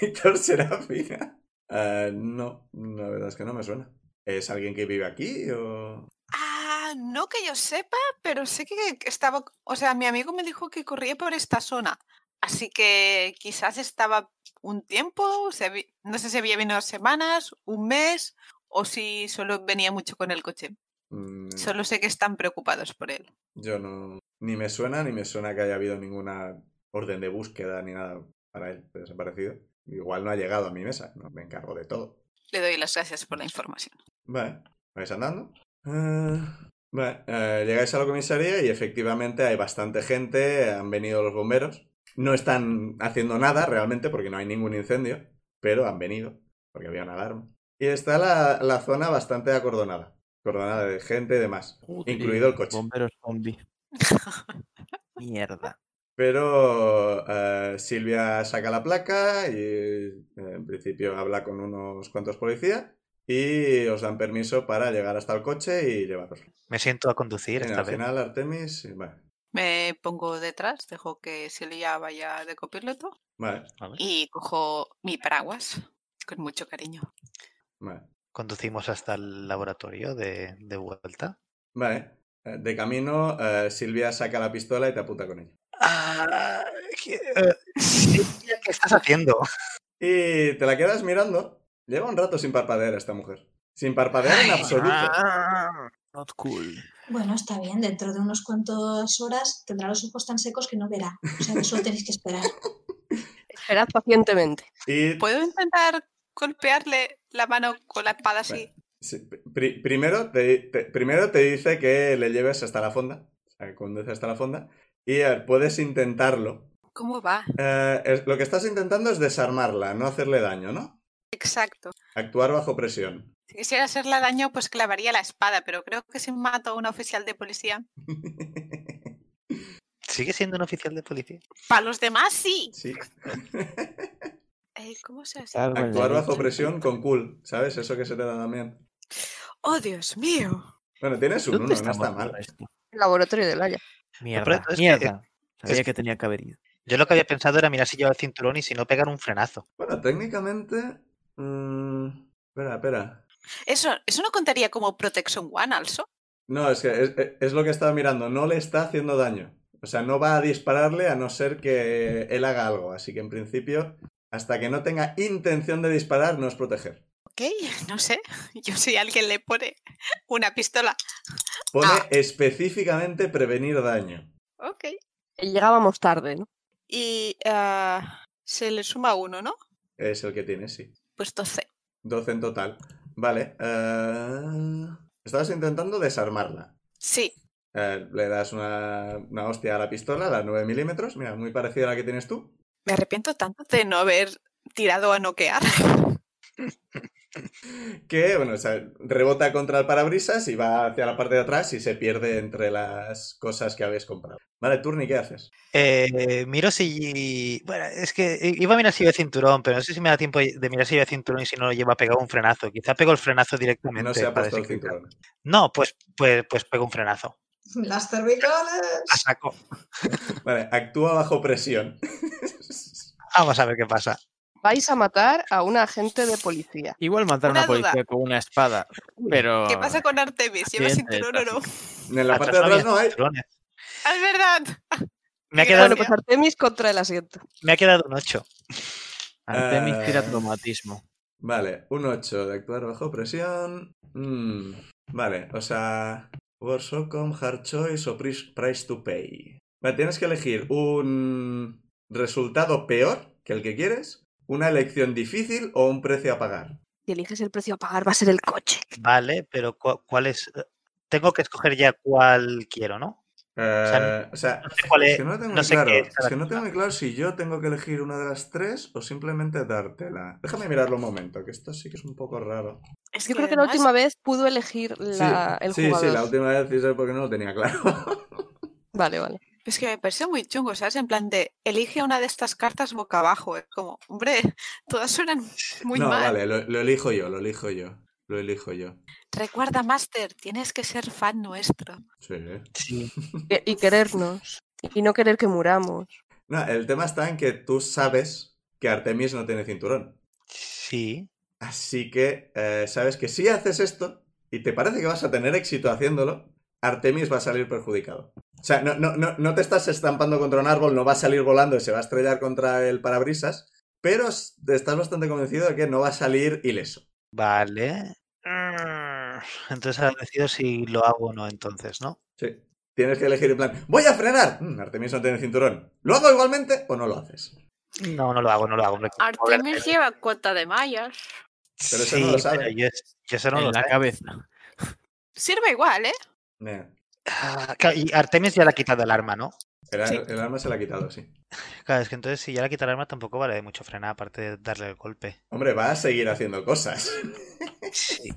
Víctor Serafina. Eh, no, la verdad es que no me suena. ¿Es alguien que vive aquí o...?
Ah, no que yo sepa, pero sé que estaba, o sea, mi amigo me dijo que corría por esta zona, así que quizás estaba un tiempo, se habi- no sé si había venido semanas, un mes, o si solo venía mucho con el coche.
Mm,
Solo sé que están preocupados por él.
Yo no... Ni me suena, ni me suena que haya habido ninguna orden de búsqueda ni nada para él desaparecido. Igual no ha llegado a mi mesa, no me encargo de todo.
Le doy las gracias por la información.
Vale, vais andando. Ah, vale, eh, llegáis a la comisaría y efectivamente hay bastante gente, han venido los bomberos. No están haciendo nada realmente porque no hay ningún incendio, pero han venido porque había una alarma. Y está la, la zona bastante acordonada, acordonada de gente y demás,
Joder,
incluido el coche.
Bomberos zombie. Mierda.
Pero eh, Silvia saca la placa y eh, en principio habla con unos cuantos policías y os dan permiso para llegar hasta el coche y llevaros.
Me siento a conducir
Venga,
esta
al
vez.
final Artemis, y- vale.
Me pongo detrás, dejo que Celia vaya de copiloto
Vale,
y cojo mi paraguas con mucho cariño.
vale.
Conducimos hasta el laboratorio de, de vuelta.
Vale. Eh, De camino, eh, Silvia saca la pistola y te apunta con ella.
Ah, ¿qué, eh, Silvia, ¿qué estás haciendo?
Y te la quedas mirando. Lleva un rato sin parpadear esta mujer. Sin parpadear en
Ay, ah,
absoluto.
ah, Not cool.
Bueno, está bien, dentro de unos cuantos horas tendrá los ojos tan secos que no verá. O sea que solo tenéis que esperar.
Esperad pacientemente.
Y
¿Puedo intentar golpearle la mano con la espada así?
sí, pri- primero, te, te- primero te dice que le lleves hasta la fonda. O sea, que conduce hasta la fonda. Y a ver, puedes intentarlo.
¿Cómo va?
Eh, es- lo que estás intentando es desarmarla, no hacerle daño, ¿no?
Exacto.
Actuar bajo presión.
Si quisiera hacerle daño, pues clavaría la espada, pero creo que si mato a un oficial de policía,
¿Sigue siendo un oficial de policía?
para los demás sí.
sí.
Eh, ¿Cómo se hace?
Algo en la
Actuar bajo
leche.
presión con cool, ¿sabes? Eso que se te da también.
¡Oh, Dios mío!
Bueno, tienes un
¿Dónde
1, no
estamos
está
con
mal.
esto?
El laboratorio de Laia.
pero
Mierda,
es que-
mierda. Sabía
es-
que tenía que haber ido.
Yo lo que había pensado era mirar si lleva el cinturón y si no pegar un frenazo.
Bueno, técnicamente. mm, espera, espera.
Eso, eso no contaría como Protection One, also.
No, es que es, es- es lo que estaba mirando. No le está haciendo daño. O sea, no va a dispararle a no ser que él haga algo. Así que en principio, hasta que no tenga intención de disparar, no es proteger.
Ok, no sé. Yo si alguien le pone una pistola.
Pone
Ah.
específicamente prevenir daño.
Ok.
Eh, Llegábamos tarde, ¿no?
Y ah, se le suma uno, ¿no?
Es el que tiene, sí.
Pues 12.
12 en total. Vale. eh, Estabas intentando desarmarla.
Sí.
Eh, le das una, una hostia a la pistola, la 9 milímetros. Mira, muy parecida a la que tienes tú.
Me arrepiento tanto de no haber tirado a noquear.
que bueno, o sea, rebota contra el parabrisas y va hacia la parte de atrás y se pierde entre las cosas que habéis comprado. Vale, Turni, ¿qué haces?
Eh, miro si... Bueno, es que i- iba a mirar si lleva cinturón, pero no sé si me da tiempo de mirar si lleva cinturón y si no lo lleva pegado un frenazo. Quizá pego el frenazo directamente.
No se ha
para
puesto el
desequilibrar.
cinturón.
No, pues, pues, pues pego un frenazo.
Las cervicales.
A saco.
Vale, actúa bajo presión.
Vamos a ver qué pasa.
Vais a matar a un agente de policía.
Igual matar a
Una
una
duda.
policía con una espada, pero...
¿Qué pasa con Artemis? ¿Lleva
accidente de
cinturón o no?
En la
Atrás
parte de atrás
había
no hay.
cinturones.
¡Ah, ¡Es verdad!
Me ha,
Qué
quedado,
Bueno,
Gracias.
pues Artemis contra el asiento.
me ha quedado un 8.
Artemis
Ah.
tira
Eh.
traumatismo.
Vale, un 8 de actuar bajo presión. Mm, vale, o sea, worst outcome, hard choice o pris- price to pay. Vale, tienes que elegir un resultado peor que el que quieres, una elección difícil o un precio a pagar.
Si eliges el precio a pagar, va a ser el coche.
Vale, pero cu- ¿cuál es? Tengo que escoger ya cuál quiero, ¿no? sea,
Eh, o sea,
No sé cuál
Es
es.
que no lo tengo
no
muy
sé qué
claro.
es
Es
cada
que no tengo
cosa.
muy claro si yo tengo que elegir una de las tres o simplemente dártela. Déjame mirarlo un momento, que esto sí que es un poco raro.
Es
Yo creo que la
además-
última vez pudo elegir la-
sí,
el
sí,
jugador.
sí, la última vez sí sé porque no lo tenía claro.
Vale, vale.
Es que me parece muy chungo, ¿sabes? En plan de, elige una de estas cartas boca abajo. Es como, hombre, todas suenan muy
no,
mal.
vale, lo, lo elijo yo, lo elijo yo. Lo elijo yo.
Recuerda, Master, tienes que ser fan nuestro.
Sí. ¿eh?
Sí.
Que- Y querernos. Y no querer que muramos.
No, el tema está en que tú sabes que Artemis no tiene cinturón.
sí.
Así que eh, sabes que si haces esto y te parece que vas a tener éxito haciéndolo, Artemis va a salir perjudicado. O sea, no, no, no, no te estás estampando contra un árbol, no va a salir volando y se va a estrellar contra el parabrisas, pero s- estás bastante convencido de que no va a salir ileso.
Vale. Mm, Entonces ahora decido si lo hago o no, entonces, ¿no?
Sí. Tienes que elegir en plan, voy a frenar. Mm, Artemis no tiene cinturón. ¿Lo hago igualmente o no lo haces?
No, no lo hago, no lo hago. hombre, como
Artemis
Artemis.
lleva cuota de mallas.
pero eso no lo
Sí,
sabe.
pero Yo, es- yo eso no
en
lo
la
sé.
cabeza.
Sirve igual, ¿eh?
Mira,
Ah, claro, Y Artemis ya le ha quitado el arma, ¿no?
era-
Sí.
El arma se la ha quitado, sí.
Claro, es que entonces si ya le quita el arma tampoco vale de mucho frenar, aparte de darle el golpe.
Hombre, va a seguir haciendo cosas.
Sí.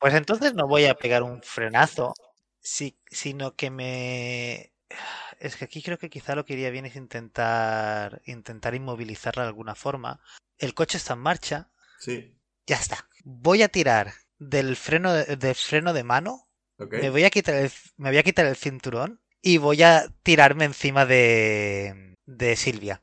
Pues entonces no voy a pegar un frenazo, si- sino que me... Es que aquí creo que quizá lo que iría bien es intentar, intentar inmovilizarla de alguna forma. El coche está en marcha,
Sí.
ya está. Voy a tirar del freno de, del freno de mano,
Ok.
me voy a quitar el, me voy a quitar el cinturón y voy a tirarme encima de, de Silvia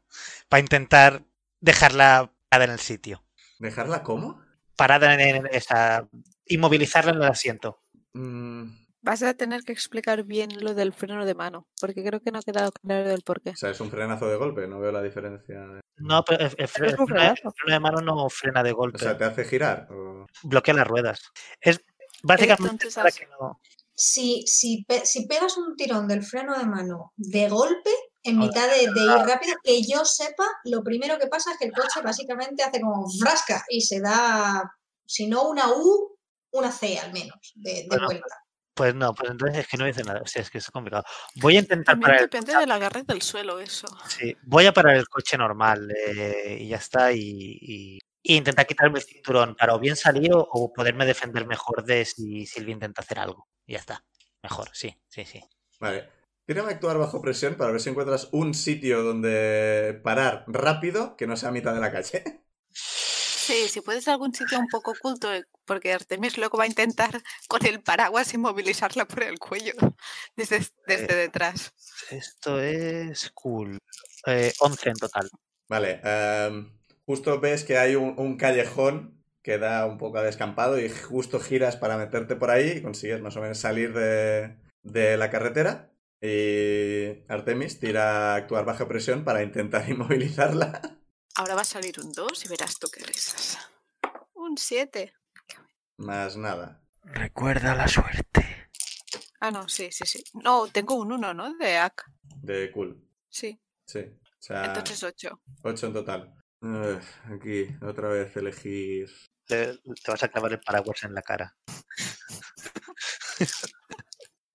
para intentar dejarla parada en el sitio.
¿Dejarla cómo?
Parada en, en esa... Inmovilizarla en el asiento.
Mm,
Vas a tener que explicar bien lo del freno de mano, porque creo que no ha quedado claro del porqué.
O sea, es un frenazo de golpe, no veo la diferencia. de-
No, pero el, el fre-
es
el
un
freno, de- el
frenazo.
freno de mano no frena de golpe,
O sea, te hace girar. o-
bloquea las ruedas. Es básicamente
Entonces,
para
as-
que no.
si, si, pe- si pegas un tirón del freno de mano de golpe, en
Ahora,
mitad de, de ir rápido, que yo sepa, lo primero que pasa es que el coche básicamente hace como frasca y se da, si no una U, una C al menos, de, de
Bueno,
vuelta.
Pues no, pues entonces es que no dice nada. O sea, es que es complicado. Voy a intentar
También
parar el,
depende de la agarre del suelo, eso.
sí, voy a parar el coche normal eh, y ya está. Y, y- y intentar quitarme el cinturón para o bien salir o, o poderme defender mejor de si Silvia intenta hacer algo. Y ya está. Mejor, sí, sí, sí.
Vale. Tírame a actuar bajo presión para ver si encuentras un sitio donde parar rápido que no sea a mitad de la calle.
Sí, si puedes algún sitio un poco oculto, eh, porque Artemis luego va a intentar con el paraguas inmovilizarla por el cuello desde, desde detrás.
Esto es cool. Eh, 11 en total.
Vale, em, justo ves que hay un, un callejón que da un poco a descampado y justo giras para meterte por ahí y consigues más o menos salir de, de la carretera. Y Artemis tira a actuar baja presión para intentar inmovilizarla.
Ahora va a salir un 2 y verás tú qué risas. Un 7.
Más nada.
Recuerda la suerte.
Ah, no, sí, sí, sí. No, tengo un 1, ¿no? De AC.
De cool.
Sí,
Sí. O sea,
entonces 8.
8 en total. Ugh, aquí, otra vez elegir.
Te, te vas a clavar el paraguas en la cara.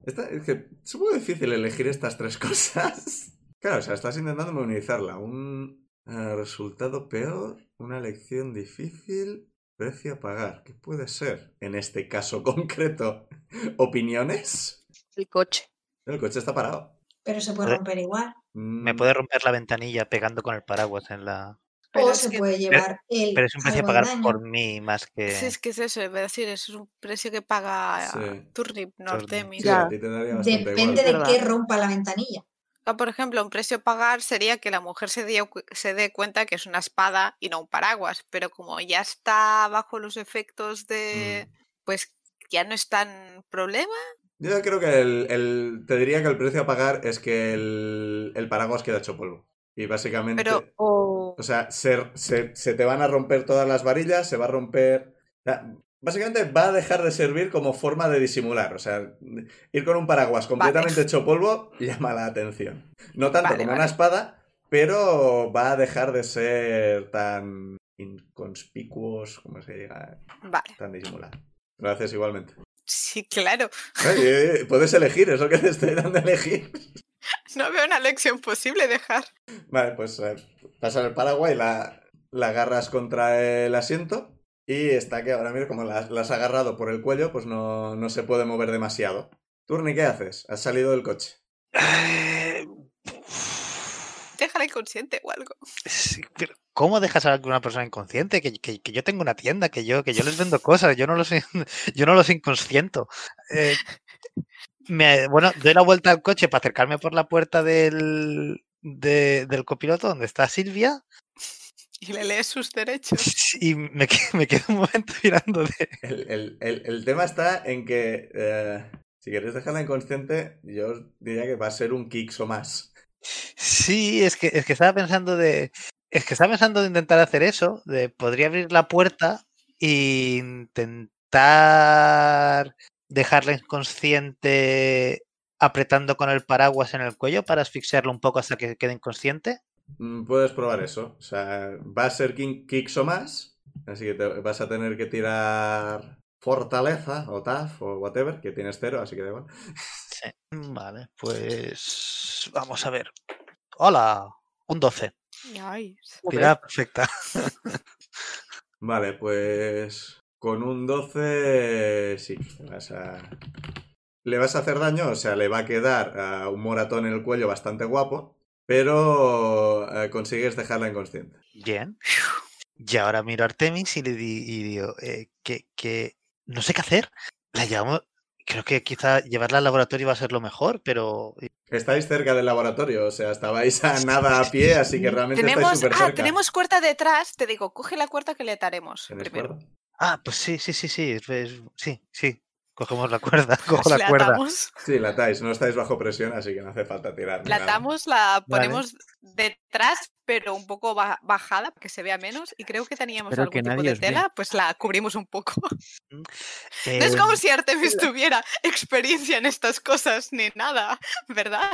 Esta- es que es muy difícil elegir estas tres cosas. Claro, o sea, estás intentando memorizarla. Un eh, resultado peor, una elección difícil, precio a pagar. ¿Qué puede ser? En este caso concreto, ¿opiniones?
El coche.
El coche está parado. Mm,
Pero se puede
Joder.
romper igual.
Me puede romper la ventanilla pegando con el paraguas en la.
Pero
o
es
se
que-
puede llevar el.
Pero pues es un precio a
algo de
pagar
daño.
por mí más que.
Sí, es que es eso, iba a decir, es un precio que paga
Ah,
Sí.
Turnip, no
Turnip.
Artemis.
Sí, a ti te daría bastante igual.
Depende de
¿verdad?
qué rompa la ventanilla.
Ah, Por ejemplo, un precio a pagar sería que la mujer se, dio cu- se dé cuenta que es una espada y no un paraguas, pero como ya está bajo los efectos de... Pues ya no es tan problema.
Yo creo que el, el- Te diría que el precio a pagar es que el, el paraguas queda hecho polvo. Y básicamente.
Pero-
O
O sea, se, se- se te van a romper todas las varillas, se va a romper. o sea, básicamente va a dejar de servir como forma de disimular. O sea, ir con un paraguas completamente hecho polvo llama la atención. No tanto
Vale,
como
vale.
una espada, pero va a dejar de ser tan inconspicuos, como se diga,
Vale,
tan disimular. Lo haces igualmente.
sí, claro.
Ay, eh, eh, puedes elegir, es lo que te estoy dando a elegir.
No veo una lección posible dejar.
Vale, pues eh, pasas el paraguas y la, la agarras contra el asiento. Y está que ahora mismo, como la, la has agarrado por el cuello, pues no, no se puede mover demasiado. Turni, ¿qué haces? Has salido del coche.
Eh,
Déjala inconsciente o algo.
sí, pero ¿Cómo dejas a una persona inconsciente? Que, que- que yo tengo una tienda, que yo, que yo les vendo cosas, yo no los, in- yo no los inconsciento. Eh, me- bueno, doy la vuelta al coche para acercarme por la puerta del, de- del copiloto donde está Silvia
Y le lees sus derechos.
y me, que- me quedo un momento mirando de...
El, el- el- el tema está en que, eh, si queréis dejarla inconsciente, yo os diría que va a ser un kicks o más.
Sí, es que, es que estaba pensando de. Es que estaba pensando de intentar hacer eso. De podría abrir la puerta e intentar dejarla inconsciente apretando con el paraguas en el cuello para asfixiarlo un poco hasta que quede inconsciente.
Mm, Puedes probar eso. O sea, va a ser kin- kicks o más. Así que te- vas a tener que tirar fortaleza o TAF o whatever, que tienes cero, así que da igual.
Sí. Mm, Vale, pues vamos a ver. Hola, un 12.
Ay.
Tirada perfecta.
Vale, pues con un 12 sí, le vas a... Le vas a hacer daño, o sea, le va a quedar ah, un moratón en el cuello bastante guapo, pero eh, consigues dejarla inconsciente.
Bien. Y ahora miro a Artemis y le di- y digo, eh, que, que no sé qué hacer. La llevamos, creo que quizá llevarla al laboratorio va a ser lo mejor, pero
Estáis cerca del laboratorio, o sea, estabais a nada a pie, así que realmente estáis
Tenemos,
súper
ah,
cerca.
tenemos cuerda detrás. Te digo, coge la cuerda que le ataremos
¿Tenéis
primero.
cuerda?
Ah, pues sí, sí, sí, sí, es- es- sí, sí. Cogemos la cuerda, cojo la
la
cuerda.
atamos,
Sí, la atáis, no estáis bajo presión, así que no hace falta tirar. ni
la
nada.
atamos, la ponemos detrás, pero un poco ba- bajada, para que se vea menos. Y creo que teníamos
Espero que
algún tipo
nadie
de
os vea.
tela, pues la cubrimos un poco. No es
Em,
Eh,
como si Artemis tuviera experiencia en estas cosas ni nada, ¿verdad?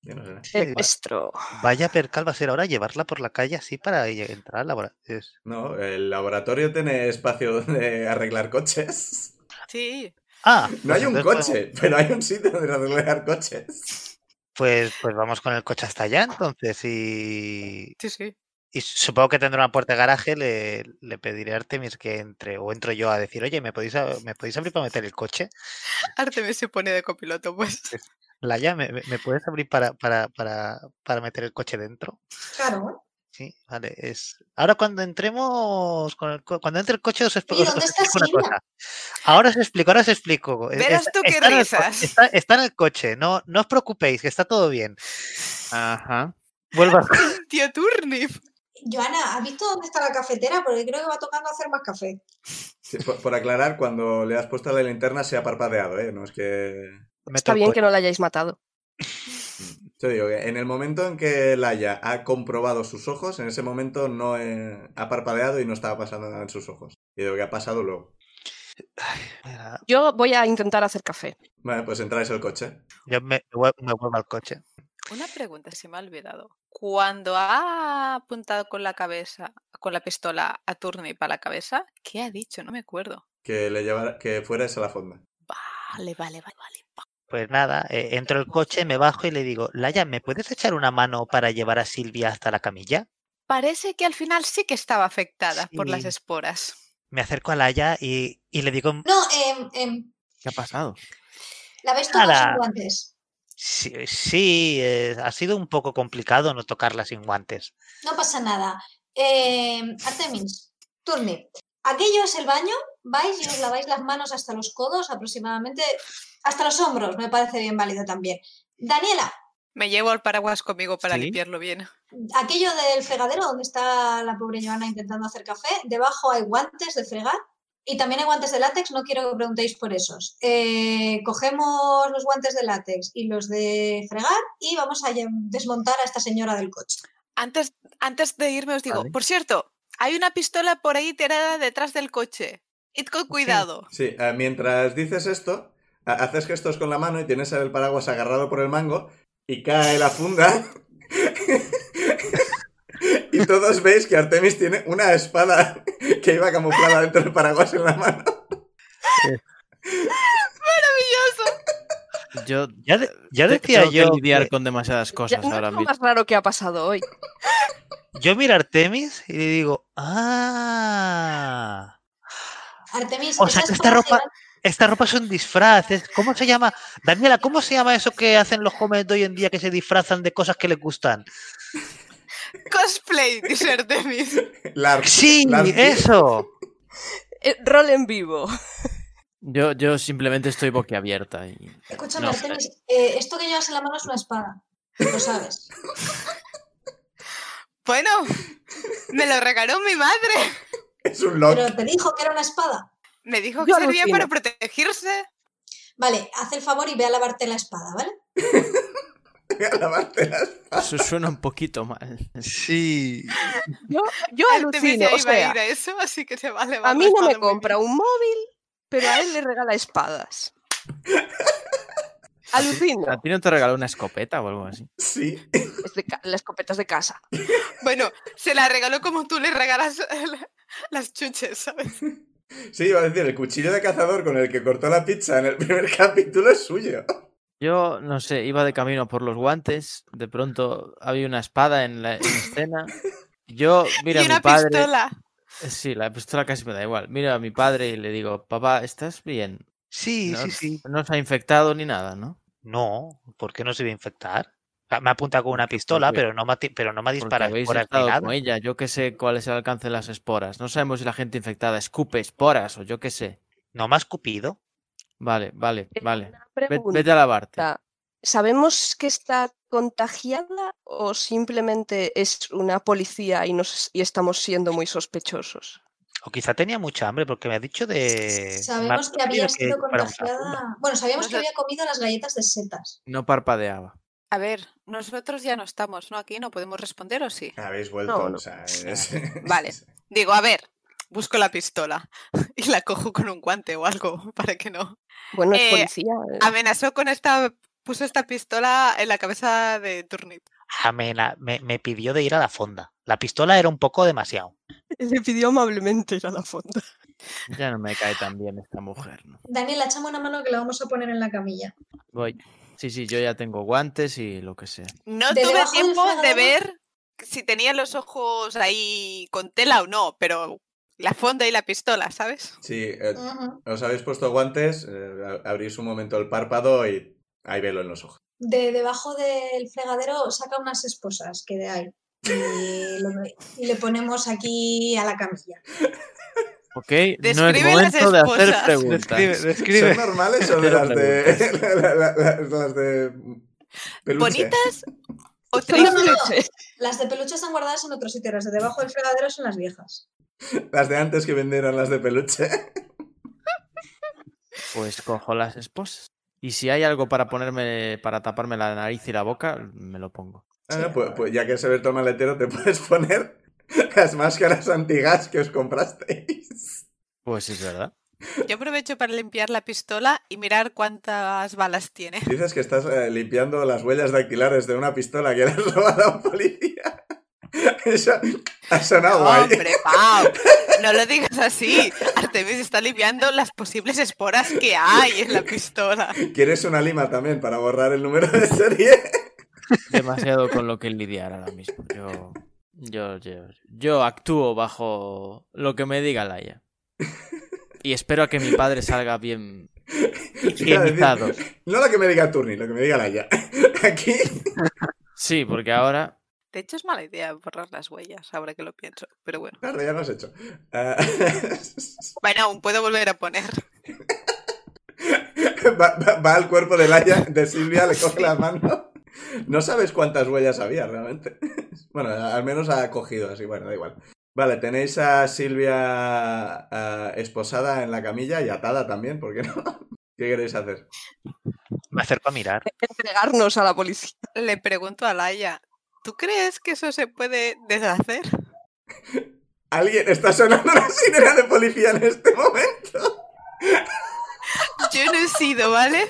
Yo no sé nada.
sí,
El
va-
estro.
Vaya percal va a ser ahora llevarla por la calle así para lle- entrar al laboratorio. Es-
No, el laboratorio tiene espacio donde arreglar coches.
Sí.
Ah,
No
pues
hay un
entonces podemos-
coche, pero hay un sitio donde arreglar coches.
Pues, pues vamos con el coche hasta allá entonces y,
Sí, sí.
Y supongo que tendrá una puerta de garaje, le, le pediré a Artemis que entre, o entro yo a decir, oye, ¿me podéis, a- ¿me podéis abrir para meter el coche?
Artemis se pone de copiloto, pues.
Laia, ¿me, me- me puedes abrir para, para, para, para meter el coche dentro?
Claro. ¿eh?
Sí, vale, es... Ahora cuando entremos, con el co- cuando entre el coche os, exp-
Oye,
os-
¿dónde
os
está
explico una
Silvia?
cosa. Ahora os explico, ahora os explico. e-
Verás
está-
tú qué
está en el co-
risas.
Está, está en el coche, no, no os preocupéis, que está todo bien.
Ajá.
Vuelvo al
Tío Turnip.
Joana, ¿has visto dónde está la cafetera? Porque creo que va tocando hacer más café.
Sí, por, por aclarar, cuando le has puesto la linterna se ha parpadeado, ¿eh? No es que...
meto
Está
el
bien
coche.
que no la hayáis matado.
Yo digo que en el momento en que Laia ha comprobado sus ojos, en ese momento no eh, ha parpadeado y no estaba pasando nada en sus ojos. Y digo que ha pasado luego.
Mira,
Yo voy a intentar hacer café.
Vale, pues entráis al coche.
Yo me, me vuel- me vuelvo al coche.
Una pregunta se me ha olvidado. Cuando ha apuntado con la cabeza, con la pistola a Turnip a la cabeza, ¿qué ha dicho? No me acuerdo.
Que le llevara, que fuerais a la fonda.
Vale, vale, vale, vale.
Pues nada, eh, entro al coche, me bajo y le digo, Laia, ¿me puedes echar una mano para llevar a Silvia hasta la camilla?
Parece que al final sí que estaba afectada por las
Sí.
esporas.
Me acerco a Laia y, y le digo,
No, em, em,
¿Qué ha pasado?
la ves tocando
Nada.
sin guantes.
sí, sí, eh, ha sido un poco complicado no tocarla sin guantes.
No pasa nada. Em, Artemis, turne. Aquello es el baño. Vais y os laváis las manos hasta los codos, aproximadamente hasta los hombros. Me parece bien válido también. Daniela,
Me llevo al paraguas conmigo para
Sí.
limpiarlo bien.
aquello del fregadero donde está la pobre Joana intentando hacer café, debajo hay guantes de fregar y también hay guantes de látex, no quiero que preguntéis por esos. Eh, cogemos los guantes de látex y los de fregar y vamos a lle- desmontar a esta señora del coche.
Antes, antes de irme os digo,
Vale.
por cierto, hay una pistola por ahí tirada detrás del coche. Id con cuidado.
Sí, eh, mientras dices esto, ha- haces gestos con la mano y tienes el paraguas agarrado por el mango y cae la funda. y todos veis que Artemis tiene una espada que iba camuflada dentro del paraguas en la mano.
¡Maravilloso!
Yo
Ya, de- ya
Eh, te-
decía
tengo que
yo,
lidiar
que-
con demasiadas
Ya,
cosas
no
ahora
es lo
mismo.
más raro que ha pasado hoy.
yo miro a Artemis y le digo, ah,
Artemis,
o sea
esa
que esta
espada
ropa, esta ropa es un disfraz, es- ¿cómo se llama? Daniela, ¿cómo se llama eso que hacen los jóvenes de hoy en día que se disfrazan de cosas que les gustan?
Cosplay, dice Artemis.
La-
Sí,
la-
eso.
Eh, rol en vivo.
Yo, yo simplemente estoy boquiabierta. Y...
Escúchame,
No sé.
Artemis, eh, esto que llevas en la mano es una espada. Lo sabes.
Bueno, me lo regaló mi madre.
Es un lock.
Pero te dijo que era una espada.
Me dijo que
Yo
servía para
alucino.
protegerse.
Vale, haz el favor y ve a lavarte la espada, ¿vale?
A lavarte las-
Eso suena un poquito mal.
Sí.
Yo, yo
Artemisia
alucino. O
iba
sea,
a ir a eso, así que se vale.
a mí no me compra un móvil, pero a él le regala espadas.
¿A
Alucino.
ti no te regaló una escopeta o algo así?
Sí.
Es de ca- las copetas de casa.
Bueno, se la regaló como tú le regalas eh, la- las chuches, ¿sabes?
Sí, iba a decir, el cuchillo de cazador con el que cortó la pizza en el primer capítulo es suyo.
Yo, no sé, iba de camino por los guantes. De pronto había una espada en la en escena. Yo, mira,
y
mi
una
padre.
pistola.
Sí, la pistola casi me da igual. Mira a mi padre y le digo, papá, ¿estás bien?
Sí,
no,
sí, sí.
no se ha infectado ni nada, ¿no?
No, ¿por qué no se iba a infectar? O sea, Me ha apuntado con una pistola,
porque-
pero no me ha, ti- pero no me ha
Porque
disparado
habéis
esporas ni
estado
nada.
con ella. Yo que sé cuál es el alcance de las esporas. No sabemos si la gente infectada escupe esporas o yo qué sé.
No me ha escupido.
Vale, vale,
Eh,
vale.
una
Ve-
pregunta.
Vete a lavarte.
¿Sabemos que está contagiada o simplemente es una policía y, nos, y estamos siendo muy sospechosos?
O quizá tenía mucha hambre porque me ha dicho de...
Sabemos
Marta
que había
Eh, que
sido
fuéramos a la
contagiada. Bueno, sabíamos
No
que
sé.
había comido las galletas de setas.
No parpadeaba.
A ver, nosotros ya no estamos, ¿no? Aquí no podemos responder o sí.
Habéis vuelto,
No, no.
o sea, es-
Vale. Digo, a ver, busco la pistola y la cojo con un guante o algo para que no.
Bueno, es
Eh,
policía. eh.
Amenazó con esta, puso esta pistola en la cabeza de Turnip.
Ah, me, la- me- me pidió de ir a la fonda. La pistola era un poco demasiado.
Le pidió amablemente ir a la fonda.
Ya no me cae tan bien esta mujer. ¿no?
Daniel, echame una mano que la vamos a poner en la camilla.
Voy. Sí, sí, yo ya tengo guantes y lo que sea.
No
De
tuve
debajo del
tiempo de
fregadero.
ver si tenía los ojos ahí con tela o no, pero la fonda y la pistola, ¿sabes?
Sí, eh,
Ujú.
os habéis puesto guantes, eh, a- abrís un momento el párpado y hay velo en los ojos.
De debajo del fregadero saca unas esposas que de ahí. Y, lo- y le ponemos aquí a la camilla.
Ok, no es
Describe las
momento de hacer
esposas.
preguntas.
¿Son normales o de
Era
las de. la- la- la- las de. Peluche?
¿Bonitas o
No, no,
tristes?
no, no.
Leche.
Las de peluche están guardadas en otro sitio. Las de debajo del fregadero son las viejas.
Las de antes que vendieran las de peluche.
Pues cojo las esposas. Y si hay algo para ponerme, para taparme la nariz y la boca, me lo pongo.
Ah,
Sí.
no, pues, pues ya que has abierto el maletero, te puedes poner las máscaras antigas que os comprasteis.
Pues es verdad.
Yo aprovecho para limpiar la pistola y mirar cuántas balas tiene.
Dices que estás eh, limpiando las huellas dactilares de una pistola que le has robado a un policía. Eso ha sonado guay.
Hombre, Pau, no lo digas así. Artemis está limpiando las posibles esporas que hay en la pistola.
¿Quieres una lima también para borrar el número de serie?
Demasiado con lo que lidiar ahora mismo. Yo, yo, yo, yo actúo bajo lo que me diga Laia. Y espero a que mi padre salga bien
Iba a decir,
higienizado.
No lo que me diga Turni, lo que me diga Laia. Aquí
Sí, porque ahora
De hecho, es mala idea borrar las huellas, ahora que lo pienso. Pero bueno.
Claro, ya lo has hecho. Ah,
Bueno, aún puedo volver a poner.
va, va- va al cuerpo de Laia, de Silvia, le coge la mano. No sabes cuántas huellas había realmente. Bueno, al menos ha cogido así, bueno, da igual. Vale, tenéis a Silvia ah, esposada en la camilla y atada también, ¿por qué no? ¿Qué queréis hacer?
Me acerco a mirar.
Entregarnos a la policía.
Le pregunto a Laia, ¿tú crees que eso se puede deshacer?
Alguien está sonando la sirena de policía en este momento.
Yo no he sido, ¿vale?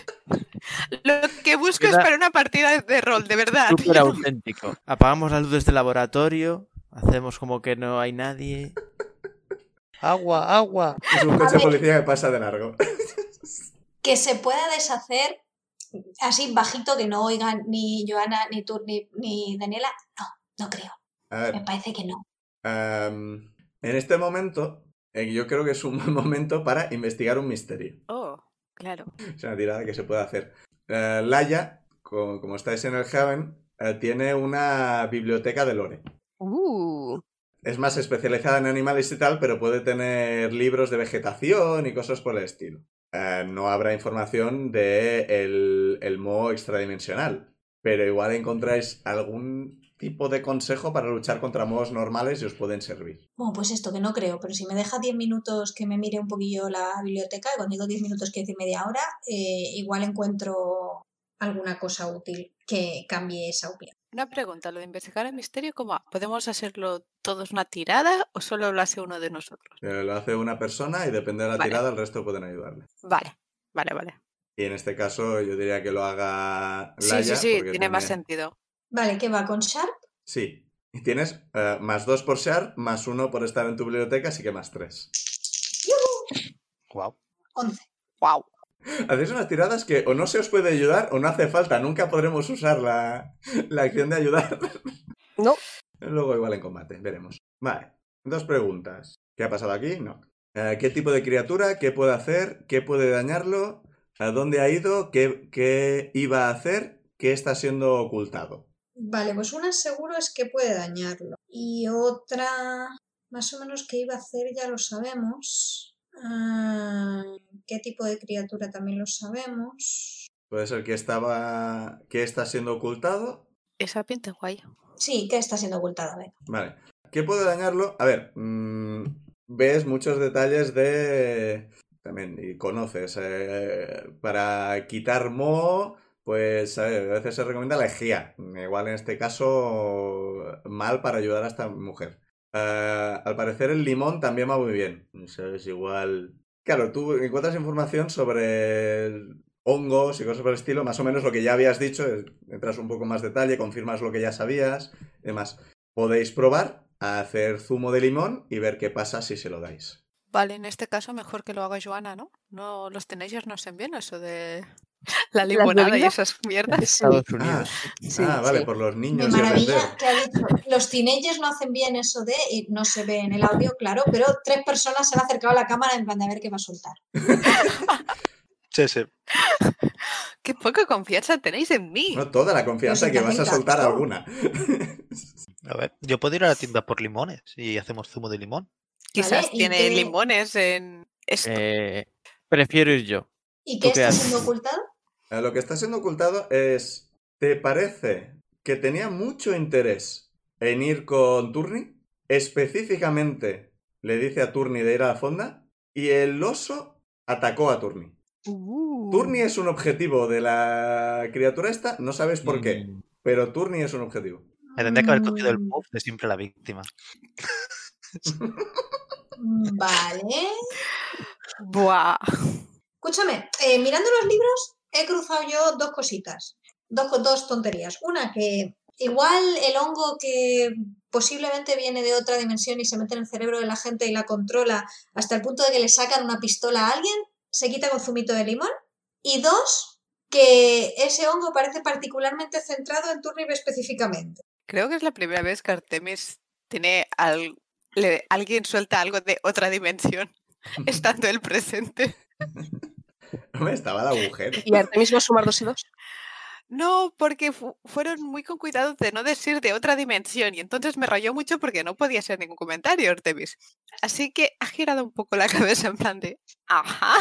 Lo que busco es
Queda-
para una partida de rol, de verdad.
súper auténtico. Apagamos las luces del laboratorio, hacemos como que no hay nadie.
Agua, agua.
Es un
A
coche
ver.
policía que pasa de largo.
Que se pueda deshacer así bajito que no oigan ni Joana, ni tú, ni, ni Daniela. No, no creo.
A ver,
Me parece que no.
Am, en este momento, eh, yo creo que es un buen momento para investigar un misterio.
Oh, claro.
Es una tirada que se puede hacer. Eh, Laia, co- como estáis en el Haven, eh, tiene una biblioteca de lore.
Uh,
Es más especializada en animales y tal, pero puede tener libros de vegetación y cosas por el estilo. Eh, no habrá información de el, el moho extradimensional, pero igual encontráis algún tipo de consejo para luchar contra mohos normales y os pueden servir.
Bueno, pues esto que no creo, pero si me deja 10 minutos que me mire un poquillo la biblioteca, y cuando digo 10 minutos quiero decir media hora, eh, igual encuentro alguna cosa útil que cambie esa opinión.
Una pregunta, lo de investigar el misterio, ¿cómo va? ¿Podemos hacerlo todos una tirada o solo lo hace uno de nosotros?
Eh, Lo hace una persona y depende de la
Vale.
tirada, el resto pueden ayudarle.
Vale, vale, vale.
Y en este caso yo diría que lo haga
Sí,
Laia.
sí, sí,
porque
tiene más sentido.
Vale, ¿qué va con Sharp?
Sí. Y tienes eh, más dos por share, más uno por estar en tu biblioteca, así que más tres.
Guau.
11.
¡Wow!
Hacéis unas tiradas que o no se os puede ayudar o no hace falta. Nunca podremos usar la, la acción de ayudar.
No.
Luego igual en combate, veremos. Vale. Dos preguntas. ¿Qué ha pasado aquí? No. Eh, ¿Qué tipo de criatura? ¿Qué puede hacer? ¿Qué puede dañarlo? ¿A dónde ha ido? ¿Qué, qué iba a hacer? ¿Qué está siendo ocultado?
Vale, pues una seguro es que puede dañarlo. Y otra, más o menos que iba a hacer, ya lo sabemos. Ah, ¿Qué tipo de criatura también lo sabemos?
Puede ser que estaba. ¿Qué está siendo ocultado?
Esa pinta guay.
Sí, que está siendo ocultada, venga.
Vale. ¿Qué puede dañarlo? A ver, mm, ves muchos detalles de... También, y conoces, eh, para quitar moho, pues a, ver, a veces se recomienda la ejía. Igual en este caso, mal para ayudar a esta mujer. Eh, al parecer el limón también va muy bien. Es igual... Claro, tú encuentras información sobre el hongos y cosas por el estilo, más o menos lo que ya habías dicho, eh, entras un poco más detalle, confirmas lo que ya sabías, demás. Podéis probar a hacer zumo de limón y ver qué pasa si se lo dais.
Vale, en este caso mejor que lo haga Joana, ¿no? No los teenagers no se envían eso de la limonada y
bebidas?
esas mierdas.
Estados
Ah,
Unidos.
Sí,
ah, vale,
sí.
por los
Me
niños y aprender.
maravilla que ha dicho, los teenagers no hacen bien eso de, y no se ve en el audio, claro, pero tres personas se han acercado a la cámara en plan de a ver qué va a soltar.
Sí, sí.
Qué poca confianza tenéis en mí.
No toda la confianza
Pues
que vas a
venga,
soltar
no.
alguna.
A ver, yo puedo ir a la tienda por limones y hacemos zumo de limón.
Quizás
Vale, ¿y
tiene
qué-
limones en esto.
Eh, prefiero ir yo.
¿Y
¿Tú
qué
qué
está
haces?
siendo ocultado?
Eh, Lo que está siendo ocultado es, ¿te parece que tenía mucho interés en ir con Turni? Específicamente le dice a Turni de ir a la fonda y el oso atacó a Turni.
Mm. Uh.
Turni es un objetivo de la criatura esta, no sabes por qué,
Mm,
pero Turni es un objetivo.
Me tendría que haber cogido el
Mm,
puff de siempre la víctima.
Mm, Vale.
Buah.
Escúchame, eh, mirando los libros he cruzado yo dos cositas, dos, co- dos tonterías. Una que igual el hongo que posiblemente viene de otra dimensión y se mete en el cerebro de la gente y la controla hasta el punto de que le sacan una pistola a alguien, se quita con zumito de limón. Y dos, que ese hongo parece particularmente centrado en Turnip específicamente.
Creo que es la primera vez que Artemis tiene al... le- alguien suelta algo de otra dimensión, estando el presente.
Me estaba el agujero.
Y Artemis va a sumar dos y dos.
No, porque fu- fueron muy con cuidado de no decir de otra dimensión y entonces me rayó mucho porque no podía hacer ningún comentario, Artemis. Así que ha girado un poco la cabeza en plan de, ajá,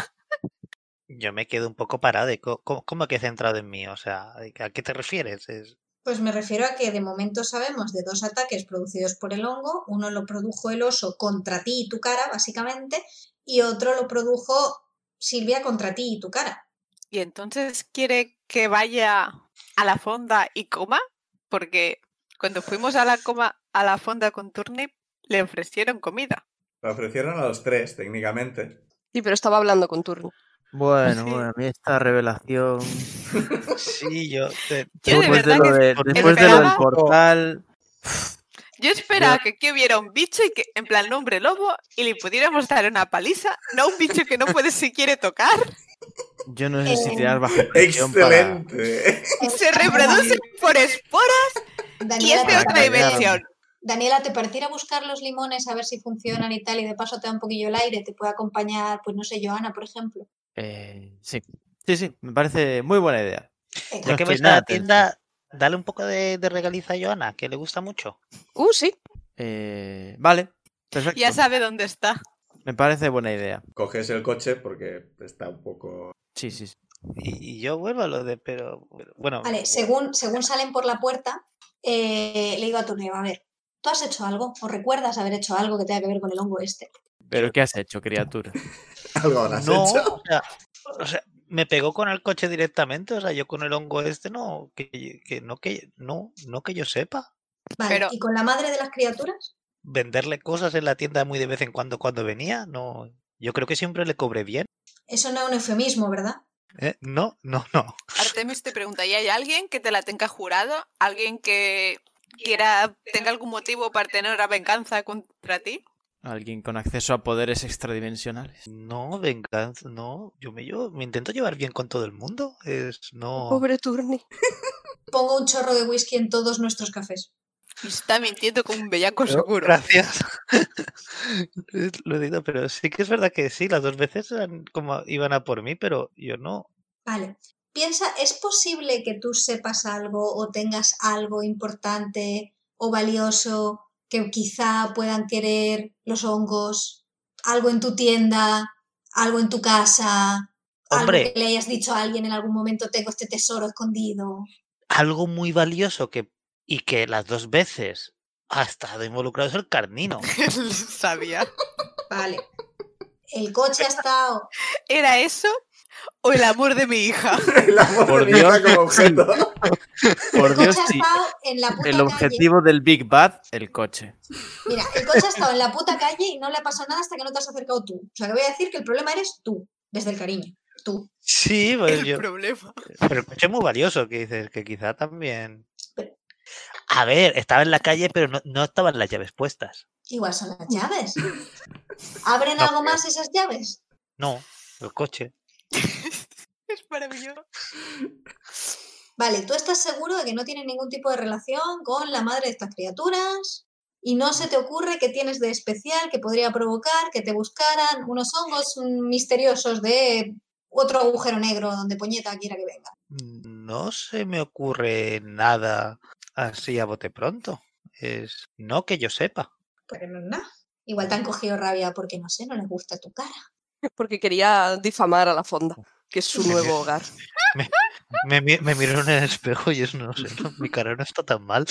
Yo me quedo un poco parado. de co- co- ¿Cómo que centrado en mí? O sea, ¿a qué te refieres? Es-
Pues me refiero a que de momento sabemos de dos ataques producidos por el hongo. Uno lo produjo el oso contra ti y tu cara, básicamente, y otro lo produjo Silvia contra ti y tu cara.
y entonces quiere que vaya a la fonda y coma, porque cuando fuimos a la coma a la fonda con Turnip le ofrecieron comida.
Lo ofrecieron a los tres, técnicamente.
Sí, pero estaba hablando con Turni.
Bueno,
Sí.
bueno, a mí esta revelación.
Sí, yo. te-
Yo de
después de
verdad
lo,
que
de-
porque
después de lo del
esperaba-
portal.
Yo esperaba que aquí hubiera un bicho y que, en plan, un hombre lobo y le pudiéramos dar una paliza, no un bicho que no puede siquiera tocar
Yo no sé si
Eh,
tirar bajo presión para.
¡Excelente!
y se reproduce por esporas y
Daniela,
es de
te
otra
parece-
cambiar.
dimensión.
Daniela, ¿te parece ir a buscar los limones a ver si funcionan y tal? Y de paso te da un poquillo el aire, te puede acompañar, pues no sé, Joana, por ejemplo.
Eh, sí. Sí, sí, me parece muy buena idea.
Venga.
Ya que
estoy
ves a
nada
la tienda, dale un poco de, de regaliza a Joana, que le gusta mucho.
Uh, sí.
Eh, vale, perfecto.
Ya sabe dónde está.
Me parece buena idea.
Coges el coche porque está un poco...
Sí, sí, sí.
Y, y yo vuelvo a lo de. Pero. pero- Bueno.
Vale, según, según salen por la puerta, eh, le digo a Turnip, a ver, ¿tú has hecho algo? ¿O recuerdas haber hecho algo que tenga que ver con el hongo este?
¿Pero qué has hecho, criatura?
Algo habrás
No,
hecho.
o sea, o sea, me pegó con el coche directamente, o sea, yo con el hongo este no, que, que no que no, no que yo sepa.
Vale,
Pero-
¿y con la madre de las criaturas?
Venderle cosas en la tienda muy de vez en cuando cuando venía, no, yo creo que siempre le cobré bien.
Eso no es un eufemismo, ¿verdad?
¿eh? No, no, no.
Artemis te pregunta, ¿y hay alguien que te la tenga jurado? ¿Alguien que quiera, tenga algún motivo para tener una venganza contra ti?
Alguien con acceso a poderes extradimensionales.
No, venganza, no, yo me yo me intento llevar bien con todo el mundo, es no.
Pobre Turni.
Pongo un chorro de whisky en todos nuestros cafés.
Y está mintiendo como un bellaco
Pero,
seguro.
Gracias. Es- Lo digo, pero sí que es verdad que sí, las dos veces eran como iban a por mí, pero yo no.
Vale. Piensa, ¿es posible que tú sepas algo o tengas algo importante o valioso que quizá puedan querer los hongos? Algo en tu tienda, algo en tu casa,
Hombre.
algo que le hayas dicho a alguien en algún momento, tengo este tesoro escondido.
algo muy valioso que y que las dos veces ha estado involucrado es el carnino.
Él sabía.
Vale. El coche ha estado.
¿Era eso o el amor de mi hija?
El amor
Por
de mi hija
Dios.
como objeto.
Por
el coche
Dios,
ha
sí.
estado en la puta
El
calle.
objetivo del Big Bad, el coche.
Mira, el coche ha estado en la puta calle y no le ha pasado nada hasta que no te has acercado tú. O sea, que voy a decir que el problema eres tú, desde el cariño. Tú.
Sí, pues
el
yo-
problema.
pero el coche es muy valioso, que dices, que quizá también.
Pero-
A ver, estaba en la calle, pero no, no estaban las llaves puestas.
Igual son las llaves. ¿Abren
No
algo
creo.
más esas llaves?
No, el coche.
Es maravilloso.
Vale, ¿tú estás seguro de que no tiene ningún tipo de relación con la madre de estas criaturas? ¿Y no se te ocurre que tienes de especial que podría provocar que te buscaran unos hongos mm, misteriosos de otro agujero negro donde puñeta quiera que venga?
No se me ocurre nada así a bote pronto. Es no que yo sepa.
Pues no es nada. Igual te han cogido rabia porque, no sé, no les gusta tu cara.
Porque quería difamar a la fonda, que es su nuevo hogar.
Me, mi- me miro en el espejo y es no sé, no, mi cara no está tan mal.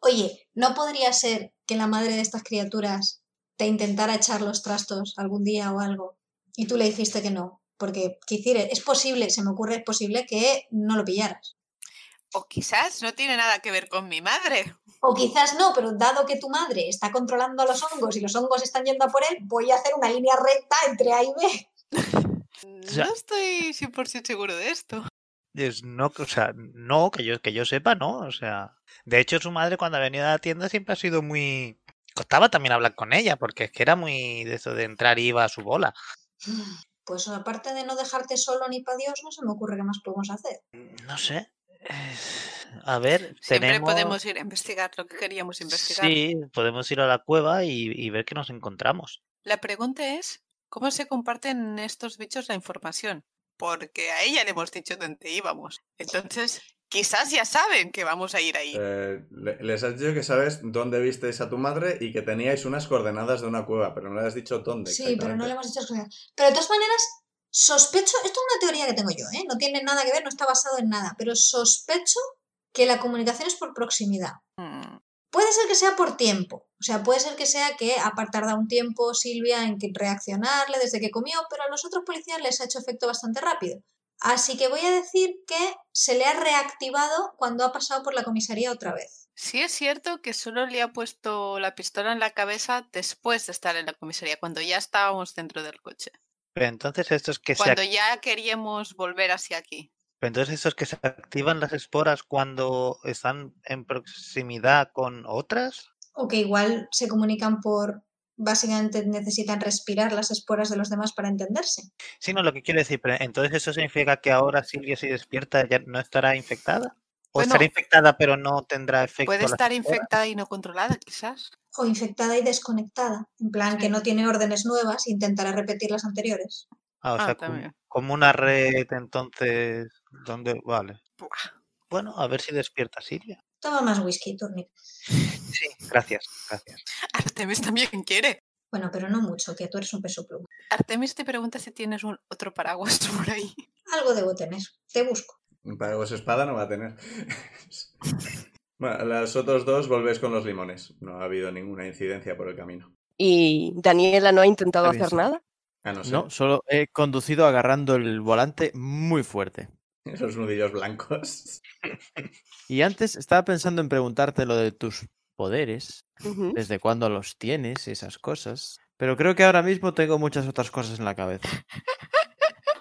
Oye, ¿no podría ser que la madre de estas criaturas te intentara echar los trastos algún día o algo? Y tú le dijiste que no. Porque, quisiera, es posible, se me ocurre, es posible que no lo pillaras.
O quizás no tiene nada que ver con mi madre.
O quizás no, pero dado que tu madre está controlando a los hongos y los hongos están yendo a por él, voy a hacer una línea recta entre A y B.
sea-
No estoy 100% seguro de esto.
Es no, que- o sea, no que yo que yo sepa, no, o sea, de hecho su madre cuando ha venido a la tienda siempre ha sido muy costaba también hablar con ella porque es que era muy de eso de entrar y iba a su bola.
Pues aparte de no dejarte solo ni para Dios, no se me ocurre qué más podemos hacer.
No sé. es- A ver,
Siempre
tenemos
podemos ir a investigar lo que queríamos investigar.
Sí, podemos ir a la cueva y, y ver qué nos encontramos.
La pregunta es, ¿cómo se comparten estos bichos la información? Porque a ella le hemos dicho dónde íbamos. Entonces, quizás ya saben que vamos a ir ahí.
Eh, le- les has dicho que sabes dónde visteis a tu madre y que teníais unas coordenadas de una cueva, pero no le has dicho dónde.
Sí, pero no
exactamente.
le hemos dicho las cosas. Pero de todas maneras, sospecho, esto es una teoría que tengo yo, ¿eh? no tiene nada que ver, no está basado en nada, pero sospecho que la comunicación es por proximidad.
Mm,
Puede ser que sea por tiempo. O sea, puede ser que sea que ha par- tardado un tiempo Silvia en que reaccionarle desde que comió, pero a los otros policías les ha hecho efecto bastante rápido. Así que voy a decir que se le ha reactivado cuando ha pasado por la comisaría otra vez.
Sí es cierto que solo le ha puesto la pistola en la cabeza después de estar en la comisaría, cuando ya estábamos dentro del coche.
Pero entonces estos que se
Cuando
ac-
ya queríamos volver hacia aquí.
pero entonces estos que se activan las esporas cuando están en proximidad con otras.
O que igual se comunican por... Básicamente necesitan respirar las esporas de los demás para entenderse.
Sí, no, lo que quiero decir, pero entonces eso significa que ahora Silvia si despierta ya no estará infectada. O estará
Bueno,
infectada pero no tendrá efecto.
Puede
las
estar
esporas.
infectada y no controlada, quizás.
O infectada y desconectada. En plan, que
Sí.
no tiene órdenes nuevas, intentará repetir las anteriores.
Ah, o
Ah,
sea, como,
también.
como una red entonces donde vale.
Buah.
Bueno, a ver si despierta Silvia.
Toma más whisky, Turnik.
Sí, gracias, gracias.
Artemis también quiere.
Bueno, pero no mucho, que tú eres un peso pluma.
Artemis te pregunta si tienes un otro paraguas por ahí.
Algo debo tener. Te busco.
Para vos espada no va a tener. bueno, los otros dos volvéis con los limones. No ha habido ninguna incidencia por el camino.
Y Daniela no ha intentado
Está bien,
hacer
sí.
nada.
Ah, no sé.
No, solo he conducido agarrando el volante muy fuerte.
Esos nudillos blancos.
Y antes estaba pensando en preguntarte lo de tus poderes,
Ujú.
¿Mm?
desde cuándo los tienes y esas cosas. Pero creo que ahora mismo tengo muchas otras cosas en la cabeza.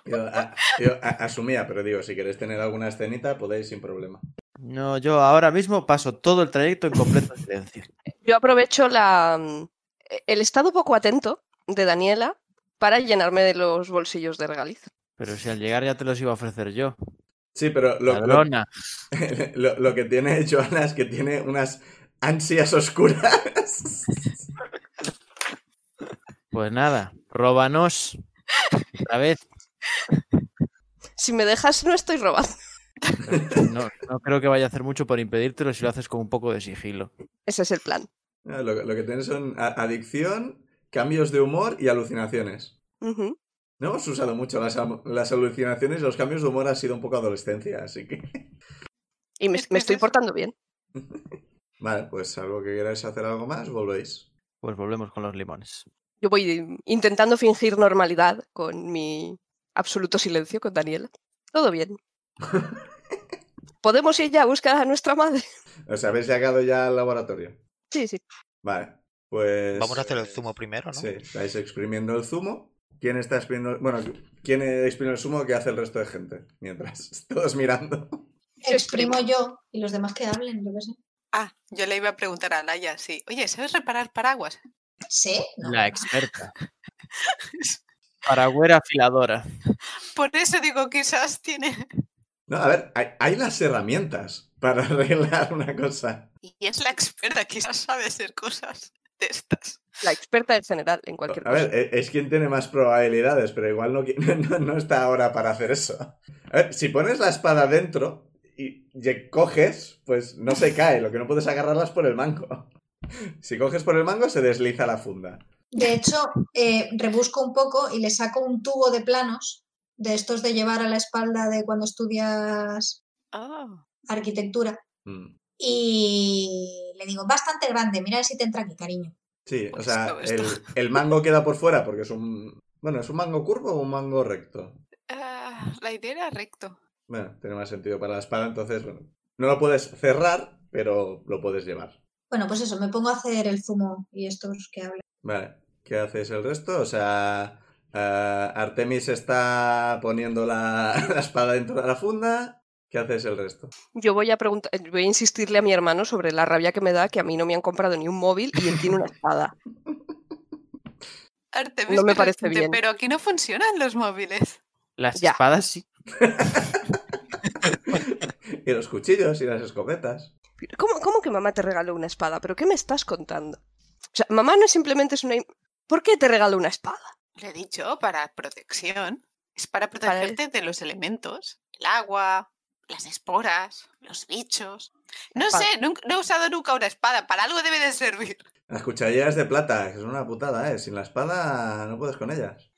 Yo, a- yo a- asumía, pero digo, si queréis tener alguna escenita, podéis sin problema.
No, yo ahora mismo paso todo el trayecto en completo silencio.
Yo aprovecho la, mm, e- el estado poco atento de Daniela para llenarme de los bolsillos de regaliz.
Pero si al llegar ya te los iba a ofrecer yo.
Sí, pero lo, lo,
Ladrona.
lo- lo que tiene Joana es que tiene unas ansias oscuras.
Pues nada, róbanos. Otra vez.
Si me dejas, no estoy robando.
No, no creo que vaya a hacer mucho por impedírtelo si lo haces con un poco de sigilo.
Ese es el plan.
No, Lo, lo que tiene son a- adicción, cambios de humor y alucinaciones.
Ujú.
No hemos usado mucho las, am- las alucinaciones y los cambios de humor ha sido un poco adolescencia, así que...
Y me,
Es que
me
es
estoy
eso.
portando bien.
Vale, pues salvo que queráis hacer algo más, volvéis.
Pues volvemos con los limones.
Yo voy intentando fingir normalidad con mi absoluto silencio con Daniela. Todo bien. Podemos ir ya a buscar a nuestra madre.
O sea, habéis llegado ya al laboratorio.
Sí, sí.
Vale, pues...
Vamos a hacer el
eh,
zumo primero, ¿no?
Sí, estáis exprimiendo el zumo. ¿Quién está exprimiendo? Bueno, ¿quién eh, exprime el zumo? ¿Qué hace el resto de gente? Mientras, todos mirando.
Exprimo yo y los demás que hablen, yo qué sé.
Ah, yo le iba a preguntar a Laia, sí. Oye, ¿sabes reparar paraguas?
Sí, no.
La experta. Paragüera afiladora.
Por eso digo, quizás tiene...
No, a ver, hay, hay las herramientas para arreglar una cosa.
Y es la experta, quizás sabe hacer cosas de estas.
La experta en general en cualquier
A
cosa.
ver, eh, es quien tiene más probabilidades, pero igual no, qui- no, no está ahora para hacer eso. A ver, si pones la espada dentro y, y coges, pues no se cae. Lo que no puedes agarrarlas por el mango. Si coges por el mango, se desliza la funda.
De hecho, eh, rebusco un poco y le saco un tubo de planos de estos de llevar a la espalda de cuando estudias
Oh.
arquitectura.
Mm.
Y le digo, bastante grande, mira a ver si te entra aquí, cariño.
Sí, o
Pues
sea,
todo esto.
el, el mango queda por fuera porque es un. Bueno, ¿es un mango curvo o un mango recto?
Ah, la idea era recto.
Bueno, tiene más sentido para la espada, entonces, bueno. No lo puedes cerrar, pero lo puedes llevar.
Bueno, pues eso, me pongo a hacer el zumo y estos que hablan.
Vale, ¿qué hacéis el resto? O sea, eh, Artemis está poniendo la, la espada dentro de la funda. ¿Qué hacéis el resto?
Yo voy a preguntar, voy a insistirle a mi hermano sobre la rabia que me da que a mí no me han comprado ni un móvil y él tiene una espada.
Artemis,
No me
pero-
parece
de-
bien.
Pero aquí no funcionan los móviles.
Las
Ya.
espadas sí.
Y los cuchillos y las escopetas.
Pero, ¿Cómo, cómo que mamá te regaló una espada? ¿Pero qué me estás contando? O sea, mamá no simplemente es una... im- ¿Por qué te regaló una espada?
Le he dicho, para protección. Es para protegerte de los elementos. El agua, las esporas, los bichos. No
Espada.
sé, nunca, no he usado nunca una espada. Para algo debe de servir.
Las cuchilleras de plata, que son una putada, ¿eh? Sin la espada no puedes con ellas.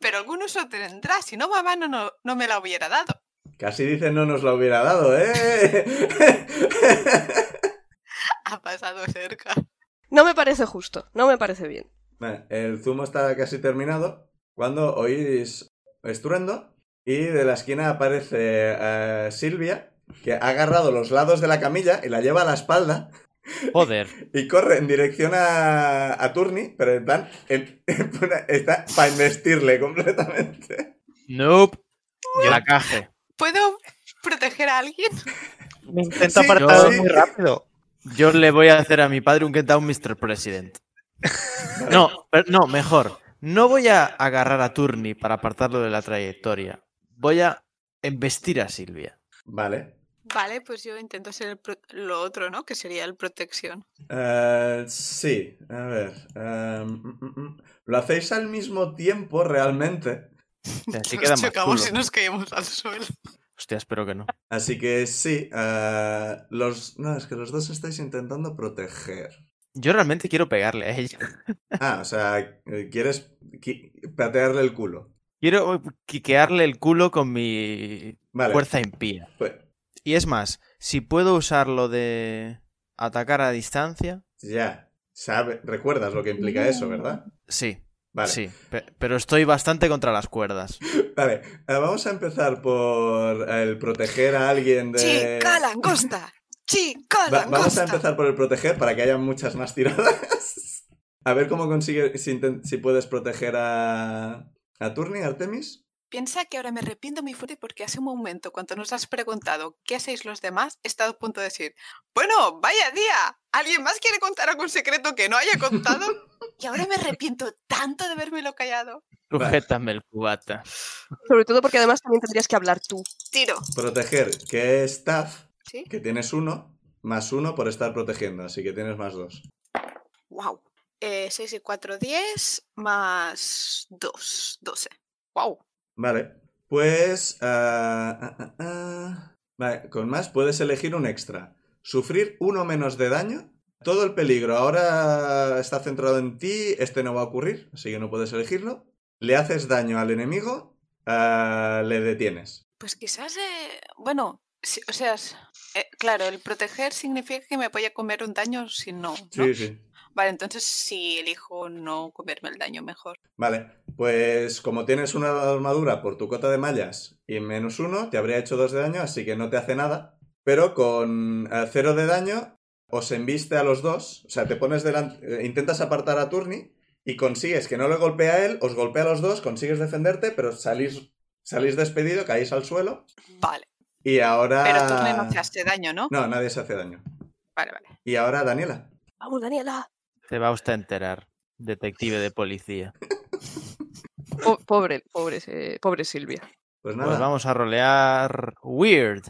Pero algún uso tendrá. Si no, mamá no, no, no me la hubiera dado.
Casi dicen no nos la hubiera dado, ¿eh?
Ha pasado cerca.
No me parece justo, no me parece bien.
Vale, el zumo está casi terminado. Cuando oís estruendo y de la esquina aparece eh, Silvia, que ha agarrado los lados de la camilla y la lleva a la espalda.
Joder.
Y corre en dirección a, a Turni, pero en plan, en- en plan, está para investirle completamente.
Nope.
Yo-
La caje.
¿Puedo proteger a alguien?
Me intento
Sí,
apartar
sí.
muy rápido.
Yo le voy a hacer a mi padre un get down, Mr. President. No, per- no, mejor. No voy a agarrar a Turni para apartarlo de la trayectoria. Voy a embestir a Silvia.
Vale.
Vale, pues yo intento hacer el pro- lo otro, ¿no? Que sería el protección.
Eh, sí, a ver. eh, mm, mm, mm. Lo hacéis al mismo tiempo realmente.
Así
Nos
queda más
chocamos y
chulo.
nos caímos al suelo.
Hostia, espero que no.
Así que sí, eh, los... No, es que los dos estáis intentando proteger.
Yo realmente quiero pegarle a ella.
Ah, o sea, eh, quieres qui- patearle el culo.
Quiero quiquearle el culo con mi
Vale.
fuerza impía.
pues,
Y es más, si puedo usarlo de atacar a distancia,
ya. Sabe- Recuerdas lo que implica eso, ¿verdad?
sí,
Vale.
sí. Pe- pero estoy bastante contra las cuerdas.
Vale, eh, vamos a empezar por el proteger a alguien de.
Chica langosta. Chica
Va- vamos a
langosta.
empezar por el proteger para que haya muchas más tiradas. A ver cómo consigues, si, inten- si puedes proteger a. ¿A Turni, Artemis?
Piensa que ahora me arrepiento muy fuerte porque hace un momento, cuando nos has preguntado qué hacéis los demás, he estado a punto de decir, bueno, vaya día, ¿alguien más quiere contar algún secreto que no haya contado? y ahora me arrepiento tanto de habérmelo callado.
Sujétame el cubata.
Sobre todo porque además también tendrías que hablar tú.
Tiro.
Proteger, que es Staff,
¿Sí?
que tienes uno, más uno por estar protegiendo, así que tienes más dos.
Wow.
eh,
6 y 4, 10 más 2, 12. Wow.
Vale, pues. ah, ah, ah, ah. Vale, con más puedes elegir un extra. Sufrir uno menos de daño. Todo el peligro ahora está centrado en ti, este no va a ocurrir, así que no puedes elegirlo. Le haces daño al enemigo, ah, le detienes.
Pues quizás, eh, bueno, si- o sea, es- eh, claro, el proteger significa que me voy a comer un daño si no. ¿no?
Sí, sí.
Vale, entonces sí elijo no comerme el daño mejor.
Vale, pues como tienes una armadura por tu cota de mallas y menos uno, te habría hecho dos de daño, así que no te hace nada. Pero con eh, cero de daño os embiste a los dos, o sea, te pones delante, eh, intentas apartar a Turni y consigues que no le golpee a él, os golpea a los dos, consigues defenderte, pero salís, salís despedido, caéis al suelo
Mm.
Vale.
y ahora...
Pero tú
Ah.
no te hace daño, ¿no?
No, nadie se hace daño.
Vale, vale.
Y ahora Daniela.
Vamos, Daniela.
Se va usted a enterar, detective de policía.
Po- pobre, pobre, eh, pobre Silvia.
Pues nada,
Pues vamos a rolear Weird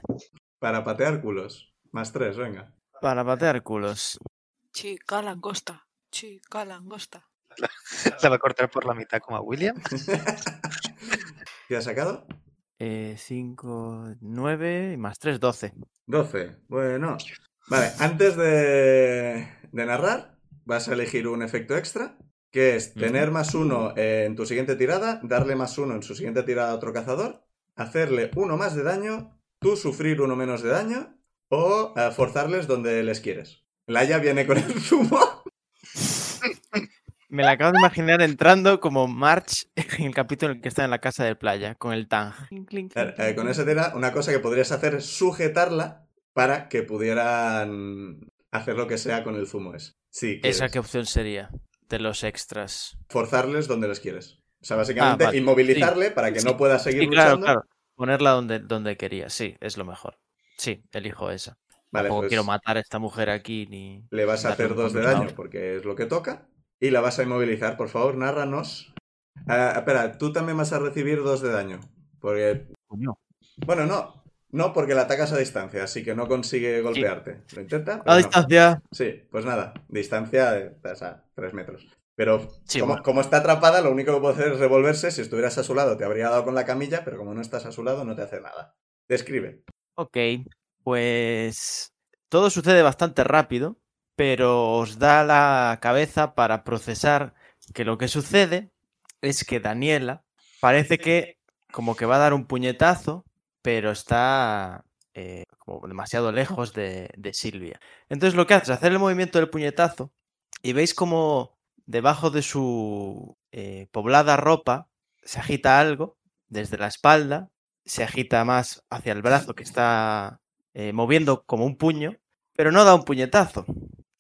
para patear culos. Más tres, venga.
para patear culos.
Chica langosta. Chica langosta.
La va a cortar por la mitad como a William.
¿Qué has sacado?
Eh, 5, 9, más 3, 12.
12. Bueno. Vale, antes de, de narrar, vas a elegir un efecto extra, que es tener más uno eh, en tu siguiente tirada, darle más uno en su siguiente tirada a otro cazador, hacerle uno más de daño, tú sufrir uno menos de daño, o eh, forzarles donde les quieres. Laia viene con el zumo.
Me la acabo de imaginar entrando como March en el capítulo en el que está en la casa de playa, con el Tang.
Eh, eh, con esa tira, una cosa que podrías hacer es sujetarla para que pudieran hacer lo que sea con el zumo ese. Sí,
¿Esa qué opción sería? De los extras.
forzarles donde les quieres. O sea, básicamente
Ah, vale.
inmovilizarle para que
Sí.
no pueda seguir
Sí, claro,
luchando.
claro. Ponerla donde, donde quería, sí, es lo mejor. Sí, elijo esa.
Vale,
Tampoco
pues
quiero matar a esta mujer aquí ni.
le vas a
darle
hacer
un
dos de
golpe en la
daño
hora.
porque es lo que toca. Y la vas a inmovilizar, por favor, nárranos. Ah, espera, tú también vas a recibir dos de daño. Porque.
Coño.
Bueno, no. No, porque la atacas a distancia, así que no consigue golpearte. Lo intenta. pero
A
no.
distancia.
Sí, pues nada. Distancia de o sea, tres metros. Pero
Sí,
como,
bueno.
como está atrapada, lo único que puede hacer es revolverse. Si estuvieras a su lado, te habría dado con la camilla, pero como no estás a su lado, no te hace nada. Describe.
Ok, pues todo sucede bastante rápido, pero os da la cabeza para procesar que lo que sucede es que Daniela parece que como que va a dar un puñetazo, pero está eh, como demasiado lejos de, de Silvia. Entonces lo que hace es hacer el movimiento del puñetazo y veis como debajo de su eh, poblada ropa se agita algo desde la espalda se agita más hacia el brazo que está eh, moviendo como un puño, pero no da un puñetazo,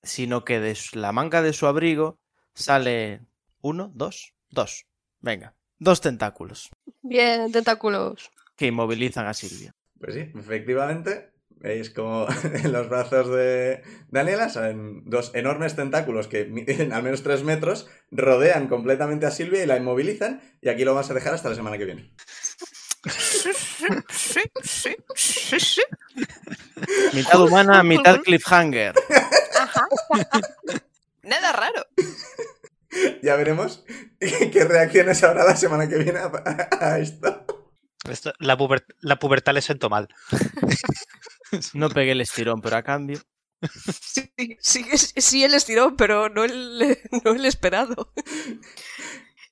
sino que de s- la manga de su abrigo sale uno, dos, dos. Venga, dos tentáculos
Bien, tentáculos.
que inmovilizan a Silvia.
Pues sí, efectivamente. Veis como en los brazos de Daniela salen dos enormes tentáculos que miden al menos tres metros, rodean completamente a Silvia y la inmovilizan. Y aquí lo vas a dejar hasta la semana que viene.
Sí, sí, sí, sí, sí.
Mitad humana, mitad cliffhanger.
Ajá. Nada raro.
Ya veremos qué reacciones habrá la semana que viene a, a esto.
Esto- la, puber- la pubertad le sentó mal.
No pegué el estirón, pero a cambio.
Sí, sí, es- sí el estirón, pero no el, no el esperado.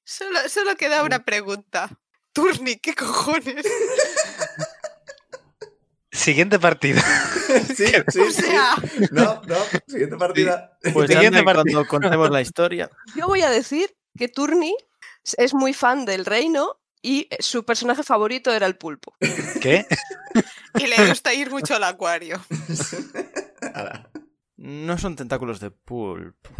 Solo, solo queda una pregunta. Turni, ¿qué cojones?
Siguiente partida.
Sí, sí,
O
sí.
sea,
No, no, siguiente partida.
Pues
Siguiente
anda que
partida.
cuando contemos la historia,
Yo voy a decir que Turni es muy fan del reino y su personaje favorito era el pulpo.
¿Qué?
y le gusta ir mucho al acuario.
Ala.
no son tentáculos de pulpo.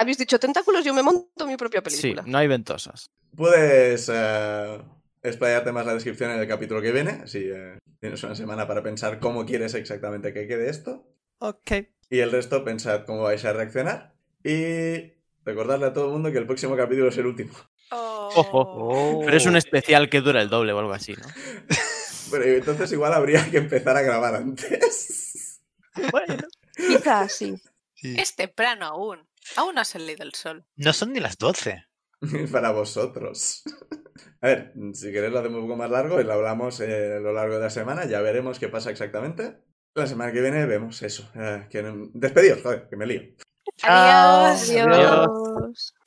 Habéis dicho tentáculos, yo me monto mi propia
Sí,
película.
no hay ventosas.
Puedes eh, explayarte más la descripción en el capítulo que viene, así eh, tienes una semana para pensar cómo quieres exactamente que quede esto.
Ok.
Y el resto pensad cómo vais a reaccionar. Y recordadle a todo el mundo que el próximo capítulo es el último.
Oh.
Ojo. Pero es un
Oh.
especial que dura el doble o algo así, ¿no?
Pero entonces igual habría que empezar a grabar antes.
Quizás sí.
Es temprano aún. Aún no ha salido el sol.
No son ni las 12.
Para vosotros. A ver, si queréis lo hacemos un poco más largo y lo hablamos eh, a lo largo de la semana. Ya veremos qué pasa exactamente. La semana que viene vemos eso. Eh, que no- Despedidos, joder, que me lío.
Adiós.
Adiós.